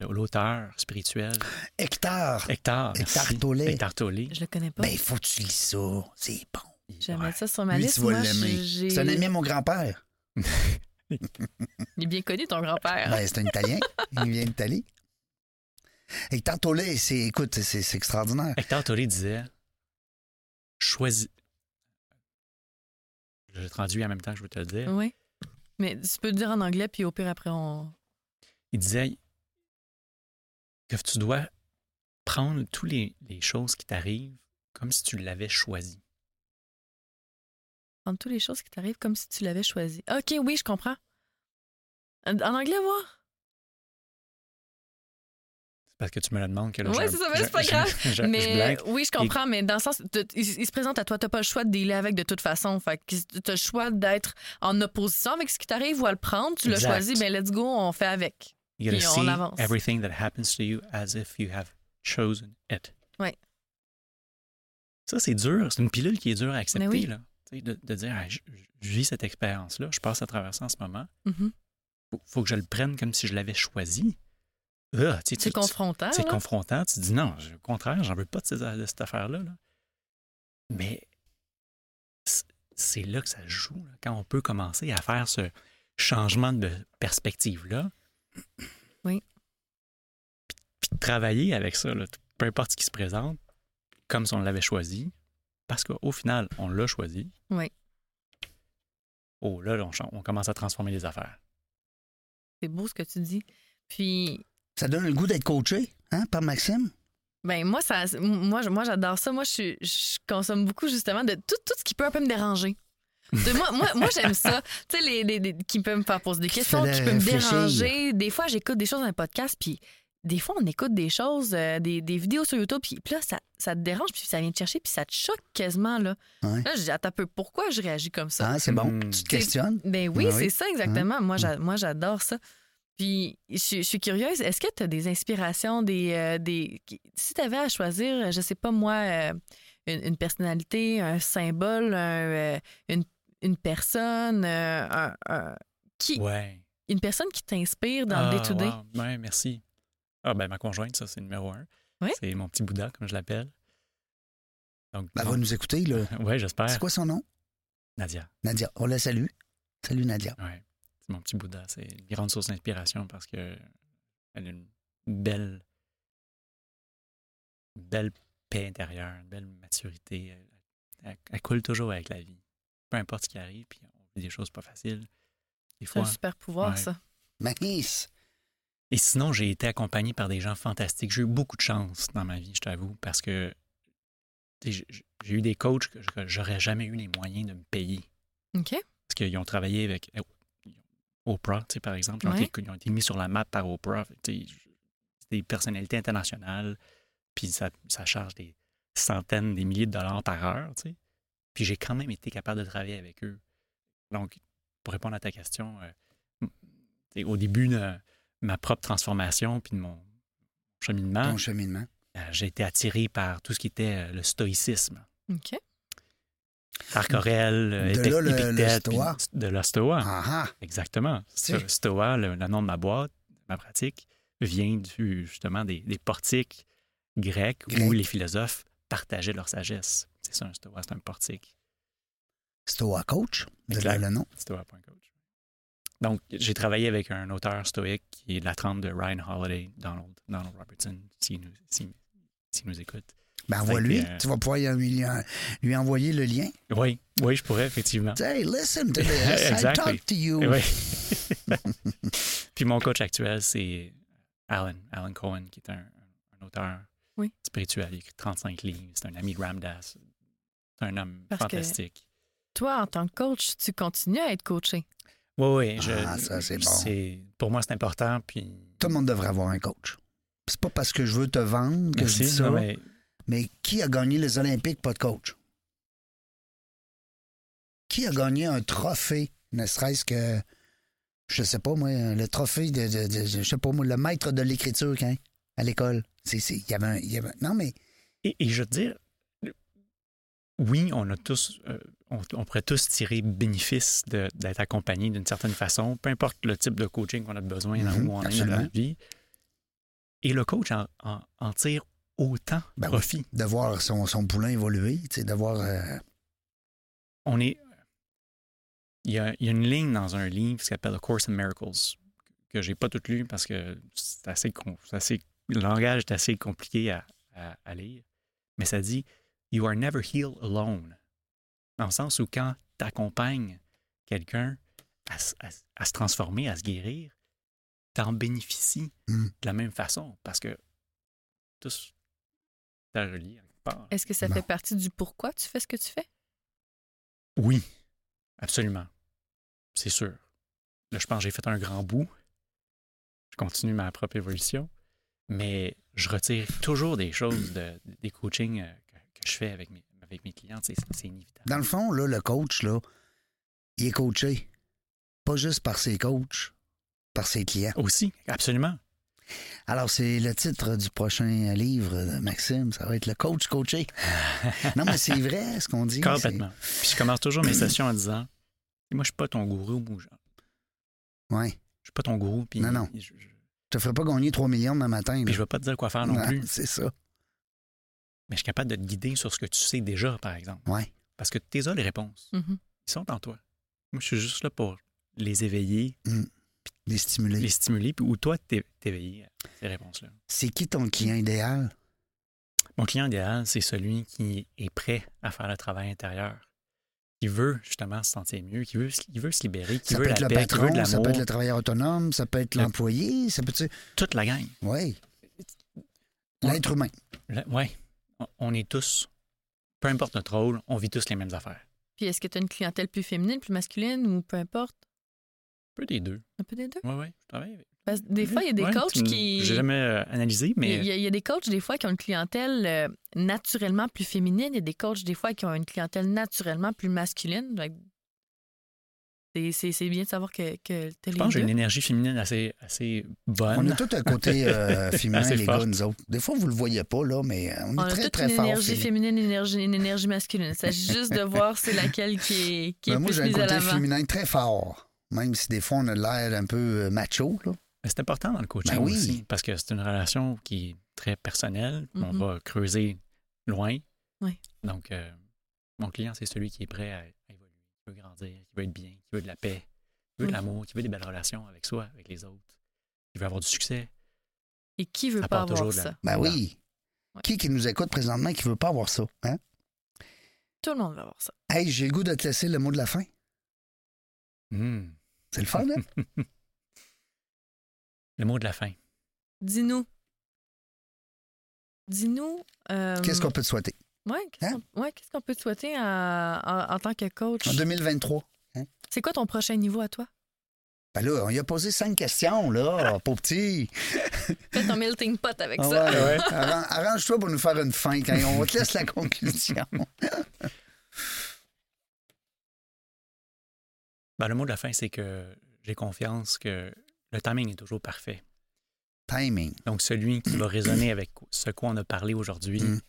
[SPEAKER 3] le- l'auteur spirituel.
[SPEAKER 1] Hector.
[SPEAKER 3] Hector.
[SPEAKER 1] Hector
[SPEAKER 3] merci.
[SPEAKER 1] Tolle.
[SPEAKER 3] Hector Tolle.
[SPEAKER 2] Je le connais pas.
[SPEAKER 1] Ben, il faut que tu lis ça. C'est bon.
[SPEAKER 2] Je vais mettre ça sur ma
[SPEAKER 1] Lui,
[SPEAKER 2] liste.
[SPEAKER 1] tu vas
[SPEAKER 2] Moi,
[SPEAKER 1] l'aimer.
[SPEAKER 2] j'ai-
[SPEAKER 1] C'est un ami à mon grand-père.
[SPEAKER 2] Il est bien connu, ton grand-père.
[SPEAKER 1] Ben, c'est un Italien. il vient d'Italie. Hector Tolle, c'est. Écoute, c'est c'est extraordinaire.
[SPEAKER 3] Hector Tolle disait Choisis. Je le traduis en même temps que je veux te le dire.
[SPEAKER 2] Oui. Mais tu peux le dire en anglais, puis au pire, après, on.
[SPEAKER 3] Il disait que tu dois prendre toutes les, les choses qui t'arrivent comme si tu l'avais choisi.
[SPEAKER 2] prendre toutes les choses qui t'arrivent comme si tu l'avais choisi. OK, oui, je comprends. En en anglais, moi?
[SPEAKER 3] C'est parce que tu me la demandes que là,
[SPEAKER 2] Ouais, c'est
[SPEAKER 3] j'ai-
[SPEAKER 2] ça, mais
[SPEAKER 3] j'ai-
[SPEAKER 2] c'est pas
[SPEAKER 3] j'ai-
[SPEAKER 2] grave.
[SPEAKER 3] j'ai- je
[SPEAKER 2] Mais
[SPEAKER 3] blague.
[SPEAKER 2] oui, je comprends, mais dans le sens, de- il, il se présente à toi, t'as pas le choix de dealer avec de toute façon. Fait que t'as le choix d'être en opposition avec ce qui t'arrive ou à le prendre. Tu l'as
[SPEAKER 3] Exact.
[SPEAKER 2] choisi, ben let's go, on fait avec.
[SPEAKER 3] You gotta
[SPEAKER 2] Puis on
[SPEAKER 3] see
[SPEAKER 2] avance.
[SPEAKER 3] everything that happens to you as if you have chosen it.
[SPEAKER 2] Ouais.
[SPEAKER 3] Ça, c'est dur. C'est une pilule qui est dure à accepter.
[SPEAKER 2] Mais oui.
[SPEAKER 3] là. Tu sais, De, de dire, Ah, je, je vis cette expérience-là, je passe à travers ça en ce moment.
[SPEAKER 2] Mhm.
[SPEAKER 3] Faut, faut que je le prenne comme si je l'avais choisi. Ah, tu sais,
[SPEAKER 2] C'est
[SPEAKER 3] tu- tu-
[SPEAKER 2] confrontant.
[SPEAKER 3] C'est
[SPEAKER 2] là.
[SPEAKER 3] confrontant. Tu te dis, non, je- au contraire, j'en veux pas de, ces- de cette affaire-là. là. Mais c- c'est là que ça se joue. là. Quand on peut commencer à faire ce changement de perspective-là.
[SPEAKER 2] Oui.
[SPEAKER 3] Puis- Puis de travailler avec ça, là, t- peu importe ce qui se présente, comme si on l'avait choisi, parce qu'au final, on l'a choisi.
[SPEAKER 2] Oui.
[SPEAKER 3] Oh, là, on, chan- on commence à transformer les affaires.
[SPEAKER 2] C'est beau ce que tu dis. Puis,
[SPEAKER 1] Ça donne le goût d'être coaché, hein, par Maxime?
[SPEAKER 2] ben moi, ça, moi, je- moi j'adore ça. Moi, je, suis- je consomme beaucoup justement de tout, tout ce qui peut un peu me déranger. De- moi, moi, moi j'aime ça. Tu sais, les, les- les- qui peut me faire poser des
[SPEAKER 1] Qui te
[SPEAKER 2] questions,
[SPEAKER 1] fait
[SPEAKER 2] qui peut me
[SPEAKER 1] réfléchir.
[SPEAKER 2] déranger. Des fois, j'écoute des choses dans un podcast, puis des fois, on écoute des choses, euh, des, des vidéos sur YouTube, puis puis là, ça, ça te dérange, puis ça vient te chercher, puis ça te choque quasiment. Là,
[SPEAKER 1] Ouais.
[SPEAKER 2] là je dis, attends un peu, pourquoi je réagis comme ça?
[SPEAKER 1] Ah, c'est bon.
[SPEAKER 3] Mm.
[SPEAKER 1] Tu te questionnes.
[SPEAKER 2] Ben oui,
[SPEAKER 1] Ah oui.
[SPEAKER 2] c'est ça
[SPEAKER 3] Hein?
[SPEAKER 2] exactement. Moi, j'a- moi, j'adore ça. Puis, je, je suis curieuse, est-ce que tu as des inspirations, des, euh, des... qui- Si tu avais à choisir, je sais pas moi, euh, une, une personnalité, un symbole, un, euh, une, une personne, euh, un- un- qui,
[SPEAKER 3] Ouais.
[SPEAKER 2] une personne qui t'inspire dans le
[SPEAKER 3] Ah,
[SPEAKER 2] day-to-day.
[SPEAKER 3] wow. Ouais, merci. Ah, ben, ma conjointe, ça, c'est numéro un.
[SPEAKER 2] Oui?
[SPEAKER 3] C'est mon petit Bouddha, comme je l'appelle. Donc,
[SPEAKER 1] Ben, elle va nous écouter, là.
[SPEAKER 3] ouais, j'espère.
[SPEAKER 1] C'est quoi son nom?
[SPEAKER 3] Nadia.
[SPEAKER 1] Nadia. On la salue. Salut, Nadia.
[SPEAKER 3] Ouais. C'est mon petit Bouddha. C'est une grande source d'inspiration parce que elle a une belle, une belle paix intérieure, une belle maturité. Elle, elle- elle coule toujours avec la vie. Peu importe ce qui arrive, puis on vit des choses pas faciles. Des
[SPEAKER 2] C'est un
[SPEAKER 3] fois.
[SPEAKER 2] super pouvoir,
[SPEAKER 3] Ouais.
[SPEAKER 2] ça.
[SPEAKER 1] Magnus.
[SPEAKER 3] Et sinon, j'ai été accompagné par des gens fantastiques. J'ai eu beaucoup de chance dans ma vie, je t'avoue, parce que tu sais, j'ai j'ai eu des coachs que que j'aurais jamais eu les moyens de me payer.
[SPEAKER 2] OK?
[SPEAKER 3] Parce qu'ils ont travaillé avec euh, Oprah, tu sais, par exemple. Ils ont,
[SPEAKER 2] Ouais.
[SPEAKER 3] été, ils ont été mis sur la map par Oprah. Fait que, tu sais, je- c'est des personnalités internationales. Puis ça, ça charge des centaines, des milliers de dollars par heure. tu sais. Puis j'ai quand même été capable de travailler avec eux. Donc, pour répondre à ta question, euh, m- tu sais, au début de ma propre transformation puis de mon cheminement,
[SPEAKER 1] Ton cheminement.
[SPEAKER 3] euh, j'ai été attiré par tout ce qui était euh, le stoïcisme.
[SPEAKER 2] OK?
[SPEAKER 3] Marc Aurèle, euh,
[SPEAKER 1] Mmh. De là, le- le
[SPEAKER 3] Épictète, puis
[SPEAKER 1] Stoa.
[SPEAKER 3] De la Stoa.
[SPEAKER 1] Ah, ah.
[SPEAKER 3] Exactement.
[SPEAKER 1] sais.
[SPEAKER 3] Ça, Stoa, le, le nom de ma boîte, ma pratique, vient du, justement des, des portiques grecs
[SPEAKER 1] Grec.
[SPEAKER 3] où les philosophes partageaient leur sagesse. C'est ça, un Stoa, c'est un portique.
[SPEAKER 1] Stoa Coach. De là,
[SPEAKER 3] Exact.
[SPEAKER 1] le nom.
[SPEAKER 3] Stoa.coach. Donc, j'ai travaillé avec un auteur stoïque qui est de la trempe de Ryan Holiday, Donald, Donald Robertson, s'il nous, s'il- s'il nous écoute.
[SPEAKER 1] Ben,
[SPEAKER 3] Fait
[SPEAKER 1] envoie-lui.
[SPEAKER 3] que, euh,
[SPEAKER 1] Tu vas pouvoir lui, lui- lui envoyer le lien.
[SPEAKER 3] Oui, oui, je pourrais, effectivement.
[SPEAKER 1] Hey, listen to this. I
[SPEAKER 3] Ah. Exactly. Eh
[SPEAKER 1] talk to
[SPEAKER 2] Eh
[SPEAKER 1] you.
[SPEAKER 3] Oui. Puis mon coach actuel, c'est Alan, Alan Cohen, qui est un, un auteur
[SPEAKER 2] Oui.
[SPEAKER 3] spirituel. Il a écrit 35 livres. C'est un ami de Ramdas. C'est un homme
[SPEAKER 2] Parce que-
[SPEAKER 3] fantastique.
[SPEAKER 2] Toi, en tant que coach, tu continues à être coaché.
[SPEAKER 3] Oui, oui.
[SPEAKER 1] Ah, ça, c'est bon.
[SPEAKER 3] Pour moi, c'est important. Puis...
[SPEAKER 1] Tout le monde devrait avoir un coach. C'est pas parce que je veux te vendre que je dis ça,
[SPEAKER 3] Non,
[SPEAKER 1] mais...
[SPEAKER 3] mais
[SPEAKER 1] qui a gagné les Olympiques, pas de coach? Qui a gagné un trophée, ne serait-ce que, je sais pas moi, le trophée de, de- de- je sais pas moi, le maître de l'écriture, quand, à l'école? C'est, c'est- il y avait un- il y avait- non, mais
[SPEAKER 3] Et, et je veux dire, oui, on a tous, euh, on, on pourrait tous tirer bénéfice de- d'être accompagné d'une certaine façon, peu importe le type de coaching qu'on a besoin, dans
[SPEAKER 1] Mhm,
[SPEAKER 3] où on est dans
[SPEAKER 1] absolument.
[SPEAKER 3] notre vie. Et le coach en, en- en tire autant
[SPEAKER 1] Ben oui.
[SPEAKER 3] profit.
[SPEAKER 1] de voir son, son poulain évoluer, tu sais, de voir, euh,
[SPEAKER 3] On est, il y, a, il y a une ligne dans un livre qui s'appelle A Course in Miracles que j'ai pas tout lu parce que c'est assez, con- c'est assez- le langage est assez compliqué à, à- à lire. Mais ça dit You are never healed alone. Dans le sens où quand tu accompagnes quelqu'un à, s- à s- à se transformer, à se guérir, tu en bénéficies
[SPEAKER 1] Mm.
[SPEAKER 3] de la même façon parce que tous t'as relié à quelque part.
[SPEAKER 2] Est-ce que ça
[SPEAKER 1] Non.
[SPEAKER 2] fait partie du pourquoi tu fais ce que tu fais?
[SPEAKER 3] Oui, Absolument. C'est sûr. Là, je pense que j'ai fait un grand bout. Je continue ma propre évolution. Mais je retire toujours des choses de- des coachings euh, que, que je fais avec mes, avec mes clients. C'est c'est inévitable.
[SPEAKER 1] Dans le fond, là, le coach, là, il est coaché. Pas juste par ses coachs, par ses clients.
[SPEAKER 3] Aussi, absolument.
[SPEAKER 1] Alors, c'est le titre du prochain livre de Maxime. Ça va être le coach coaché. non, mais c'est vrai ce qu'on dit.
[SPEAKER 3] Complètement. Puis je commence toujours mes sessions en disant Moi, je suis pas ton gourou, moi, je
[SPEAKER 1] Oui.
[SPEAKER 3] je suis pas ton gourou. Puis
[SPEAKER 1] Non, non.
[SPEAKER 3] Je, je- puis
[SPEAKER 1] Tu ne ferais pas gagner 3 millions demain matin. là.
[SPEAKER 3] je vais pas te dire quoi faire non, plus.
[SPEAKER 1] C'est ça.
[SPEAKER 3] Mais je suis capable de te guider sur ce que tu sais déjà, par exemple.
[SPEAKER 1] Oui.
[SPEAKER 3] Parce que tu as les réponses.
[SPEAKER 2] Mhm.
[SPEAKER 3] Ils sont en toi. Moi, je suis juste là pour les éveiller,
[SPEAKER 1] Les stimuler.
[SPEAKER 3] les stimuler, puis ou toi, t'é- t'éveiller à ces réponses-là.
[SPEAKER 1] C'est qui ton client idéal?
[SPEAKER 3] Mon client idéal, c'est celui qui est prêt à faire le travail intérieur, qui veut justement se sentir mieux, qui veut, se- qui veut se libérer, qui
[SPEAKER 1] ça
[SPEAKER 3] veut
[SPEAKER 1] peut
[SPEAKER 3] la
[SPEAKER 1] être le
[SPEAKER 3] paix, qui veut de
[SPEAKER 1] patron, ça peut être
[SPEAKER 3] l'amour,
[SPEAKER 1] le travailleur autonome, ça peut être
[SPEAKER 3] Le-
[SPEAKER 1] l'employé, ça peut être.
[SPEAKER 3] toute la gang.
[SPEAKER 1] Oui.
[SPEAKER 3] On-
[SPEAKER 1] L'être humain.
[SPEAKER 3] Le- ouais, on- on est tous, peu importe notre rôle, on vit tous les mêmes affaires.
[SPEAKER 2] Puis est-ce que tu as une clientèle plus féminine, plus masculine ou peu importe?
[SPEAKER 3] Un peu des deux.
[SPEAKER 2] Un peu des deux?
[SPEAKER 3] Oui, oui, je travaille avec.
[SPEAKER 2] Parce que des fois, il y a des
[SPEAKER 3] Ouais,
[SPEAKER 2] coachs
[SPEAKER 3] tu me-
[SPEAKER 2] qui.
[SPEAKER 3] J'ai jamais euh, analysé, mais.
[SPEAKER 2] Il y, a, il y a des coachs, des fois, qui ont une clientèle euh, naturellement plus féminine et des coachs, des fois, qui ont une clientèle naturellement plus masculine. Donc, c'est- C'est c'est bien de savoir que, que t'as
[SPEAKER 3] Je
[SPEAKER 2] les
[SPEAKER 3] pense que j'ai
[SPEAKER 2] deux.
[SPEAKER 3] une énergie féminine assez, assez
[SPEAKER 1] On
[SPEAKER 3] bonne.
[SPEAKER 1] a tout un côté euh, féminin,
[SPEAKER 3] Assez
[SPEAKER 1] les
[SPEAKER 3] forte.
[SPEAKER 1] gars, nous autres. Des fois, vous le voyez pas, là, mais on est
[SPEAKER 2] On a
[SPEAKER 1] très,
[SPEAKER 2] toute
[SPEAKER 1] très
[SPEAKER 2] une
[SPEAKER 1] fort.
[SPEAKER 2] énergie
[SPEAKER 1] féminin.
[SPEAKER 2] féminine, une énergie, une énergie masculine. Il s'agit juste de voir c'est laquelle qui est, qui est
[SPEAKER 1] Ben, moi,
[SPEAKER 2] plus
[SPEAKER 1] j'ai un
[SPEAKER 2] mise à
[SPEAKER 1] côté
[SPEAKER 2] l'avant.
[SPEAKER 1] féminin très fort. Même si des fois, on a l'air un peu euh, macho, là.
[SPEAKER 3] Mais C'est important dans le coaching
[SPEAKER 1] Ben oui.
[SPEAKER 3] aussi, parce que c'est une relation qui est très personnelle. On
[SPEAKER 1] Mm-hmm.
[SPEAKER 2] Mhm.
[SPEAKER 3] va creuser loin.
[SPEAKER 2] Oui.
[SPEAKER 3] Donc, euh, mon client, c'est celui qui est prêt à, à évoluer, qui veut grandir, qui veut être bien, qui veut de la paix,
[SPEAKER 1] Mm-hmm.
[SPEAKER 3] qui veut
[SPEAKER 2] Mhm.
[SPEAKER 3] de l'amour, qui veut des belles relations avec soi, avec les autres, qui veut avoir du succès.
[SPEAKER 2] Et qui veut
[SPEAKER 3] Ça
[SPEAKER 2] pas
[SPEAKER 3] part toujours
[SPEAKER 2] avoir
[SPEAKER 3] de la-
[SPEAKER 2] ça?
[SPEAKER 1] Ben
[SPEAKER 3] Voilà.
[SPEAKER 1] oui.
[SPEAKER 2] Ouais.
[SPEAKER 1] Qui qui nous écoute présentement qui veut pas avoir ça? Hein?
[SPEAKER 2] Tout le monde veut avoir ça.
[SPEAKER 1] Hey, j'ai le goût de te laisser le mot de la fin.
[SPEAKER 3] Hmm.
[SPEAKER 1] C'est le fun, hein?
[SPEAKER 3] Le mot de la fin.
[SPEAKER 2] Dis-nous. Dis-nous. euh,
[SPEAKER 1] Qu'est-ce qu'on peut te souhaiter?
[SPEAKER 2] ouais, qu'est-ce
[SPEAKER 1] Hein?
[SPEAKER 2] qu'on ouais, qu'est-ce qu'on peut te souhaiter à- en, en tant que coach?
[SPEAKER 1] En 2023.
[SPEAKER 2] C'est quoi ton prochain niveau à toi?
[SPEAKER 1] Ben là, on y a posé cinq questions, là, pauvre petit.
[SPEAKER 2] Fais ton melting pot avec
[SPEAKER 1] Ah
[SPEAKER 2] ça.
[SPEAKER 1] ouais, ouais. Arran- Arrange-toi pour nous faire une fin quand on te laisse la conclusion.
[SPEAKER 3] Ben, le mot de la fin, c'est que j'ai confiance que le timing est toujours parfait.
[SPEAKER 1] Timing.
[SPEAKER 3] Donc, celui qui va résonner avec ce qu'on a parlé aujourd'hui
[SPEAKER 1] Mm.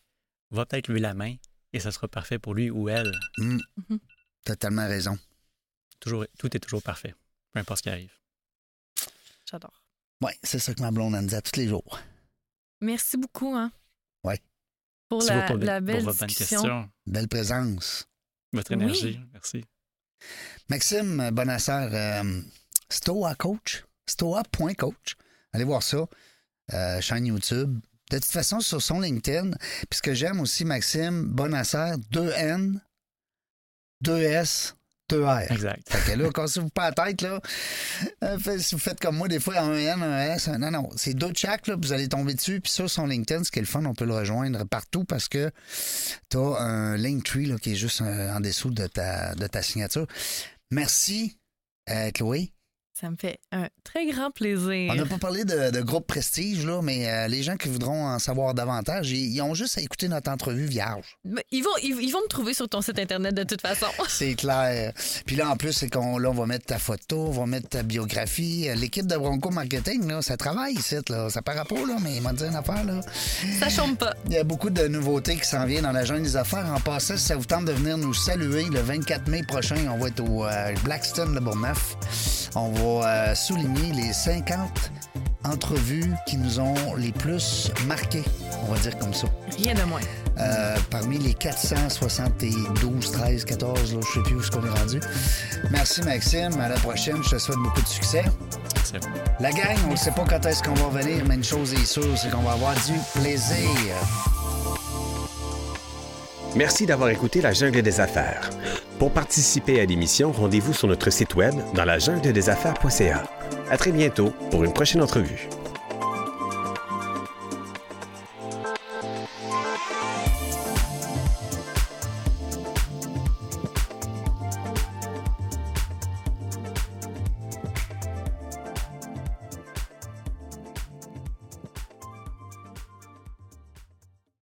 [SPEAKER 3] va peut-être lever la main et ça sera parfait pour lui ou elle.
[SPEAKER 1] Mm.
[SPEAKER 2] Mhm.
[SPEAKER 1] T'as tellement raison.
[SPEAKER 3] Toujours, tout est toujours parfait, peu importe ce qui arrive.
[SPEAKER 2] J'adore.
[SPEAKER 1] Oui, c'est ça que ma blonde elle nous dit à tous les jours.
[SPEAKER 2] Merci beaucoup. Hein,
[SPEAKER 1] Ouais.
[SPEAKER 2] Pour
[SPEAKER 3] Merci
[SPEAKER 2] la,
[SPEAKER 3] pour,
[SPEAKER 2] la belle
[SPEAKER 3] pour votre bonne
[SPEAKER 2] discussion.
[SPEAKER 3] question,
[SPEAKER 1] Belle présence.
[SPEAKER 3] votre
[SPEAKER 2] Oui.
[SPEAKER 3] énergie. Merci.
[SPEAKER 1] Maxime Bonasseur, euh, Stoa Coach, stoa.coach. Allez voir ça, euh, chaîne YouTube. De toute façon, sur son LinkedIn. Puis ce que j'aime aussi, Maxime Bonasseur, 2N, 2S, 2R.
[SPEAKER 3] Exact.
[SPEAKER 1] Fait que là, cassez-vous pas la tête, là. Euh, fait- si vous faites comme moi, des fois, un N, un S, un- non, non. C'est deux de chaque, là, puis vous allez tomber dessus. Puis sur son LinkedIn, ce qui est le fun, on peut le rejoindre partout parce que t'as un Linktree, là, qui est juste euh, en dessous de ta, de ta signature. Merci, euh, Chloé.
[SPEAKER 2] Ça me fait un très grand plaisir.
[SPEAKER 1] On n'a pas parlé de, de groupe prestige, là, mais euh, les gens qui voudront en savoir davantage, ils, ils ont juste à écouter notre entrevue vierge.
[SPEAKER 2] Mais Ils, vont, ils, ils vont me trouver sur ton site Internet de toute façon.
[SPEAKER 1] C'est clair. Puis là, en plus, c'est qu'on là, on va mettre ta photo, on va mettre ta biographie. Euh, L'équipe de Bronco Marketing, là, ça travaille ici, là. Ça part à peau, là, mais il m'a dit une affaire, là.
[SPEAKER 2] ça chôme pas.
[SPEAKER 1] Il y a beaucoup de nouveautés qui s'en viennent dans la jungle des affaires. En passant, si ça vous tente de venir nous saluer le 24 mai prochain, on va être au euh, Blackstone Le Bourgneuf. On va euh, souligner les 50 entrevues qui nous ont les plus marquées, on va dire comme ça.
[SPEAKER 2] Rien de moins.
[SPEAKER 1] Euh, parmi les 472, 13, 14, là, je sais plus où ce qu'on est rendu. Merci Maxime, à la prochaine, je te souhaite beaucoup de succès.
[SPEAKER 3] Merci à vous.
[SPEAKER 1] La gang, on ne sait pas quand est-ce qu'on va revenir, mais une chose est sûre, c'est qu'on va avoir du plaisir.
[SPEAKER 4] Merci d'avoir écouté La Jungle des Affaires. Pour participer à l'émission, rendez-vous sur notre site web dans la jungle des affaires.ca. À très bientôt pour une prochaine entrevue.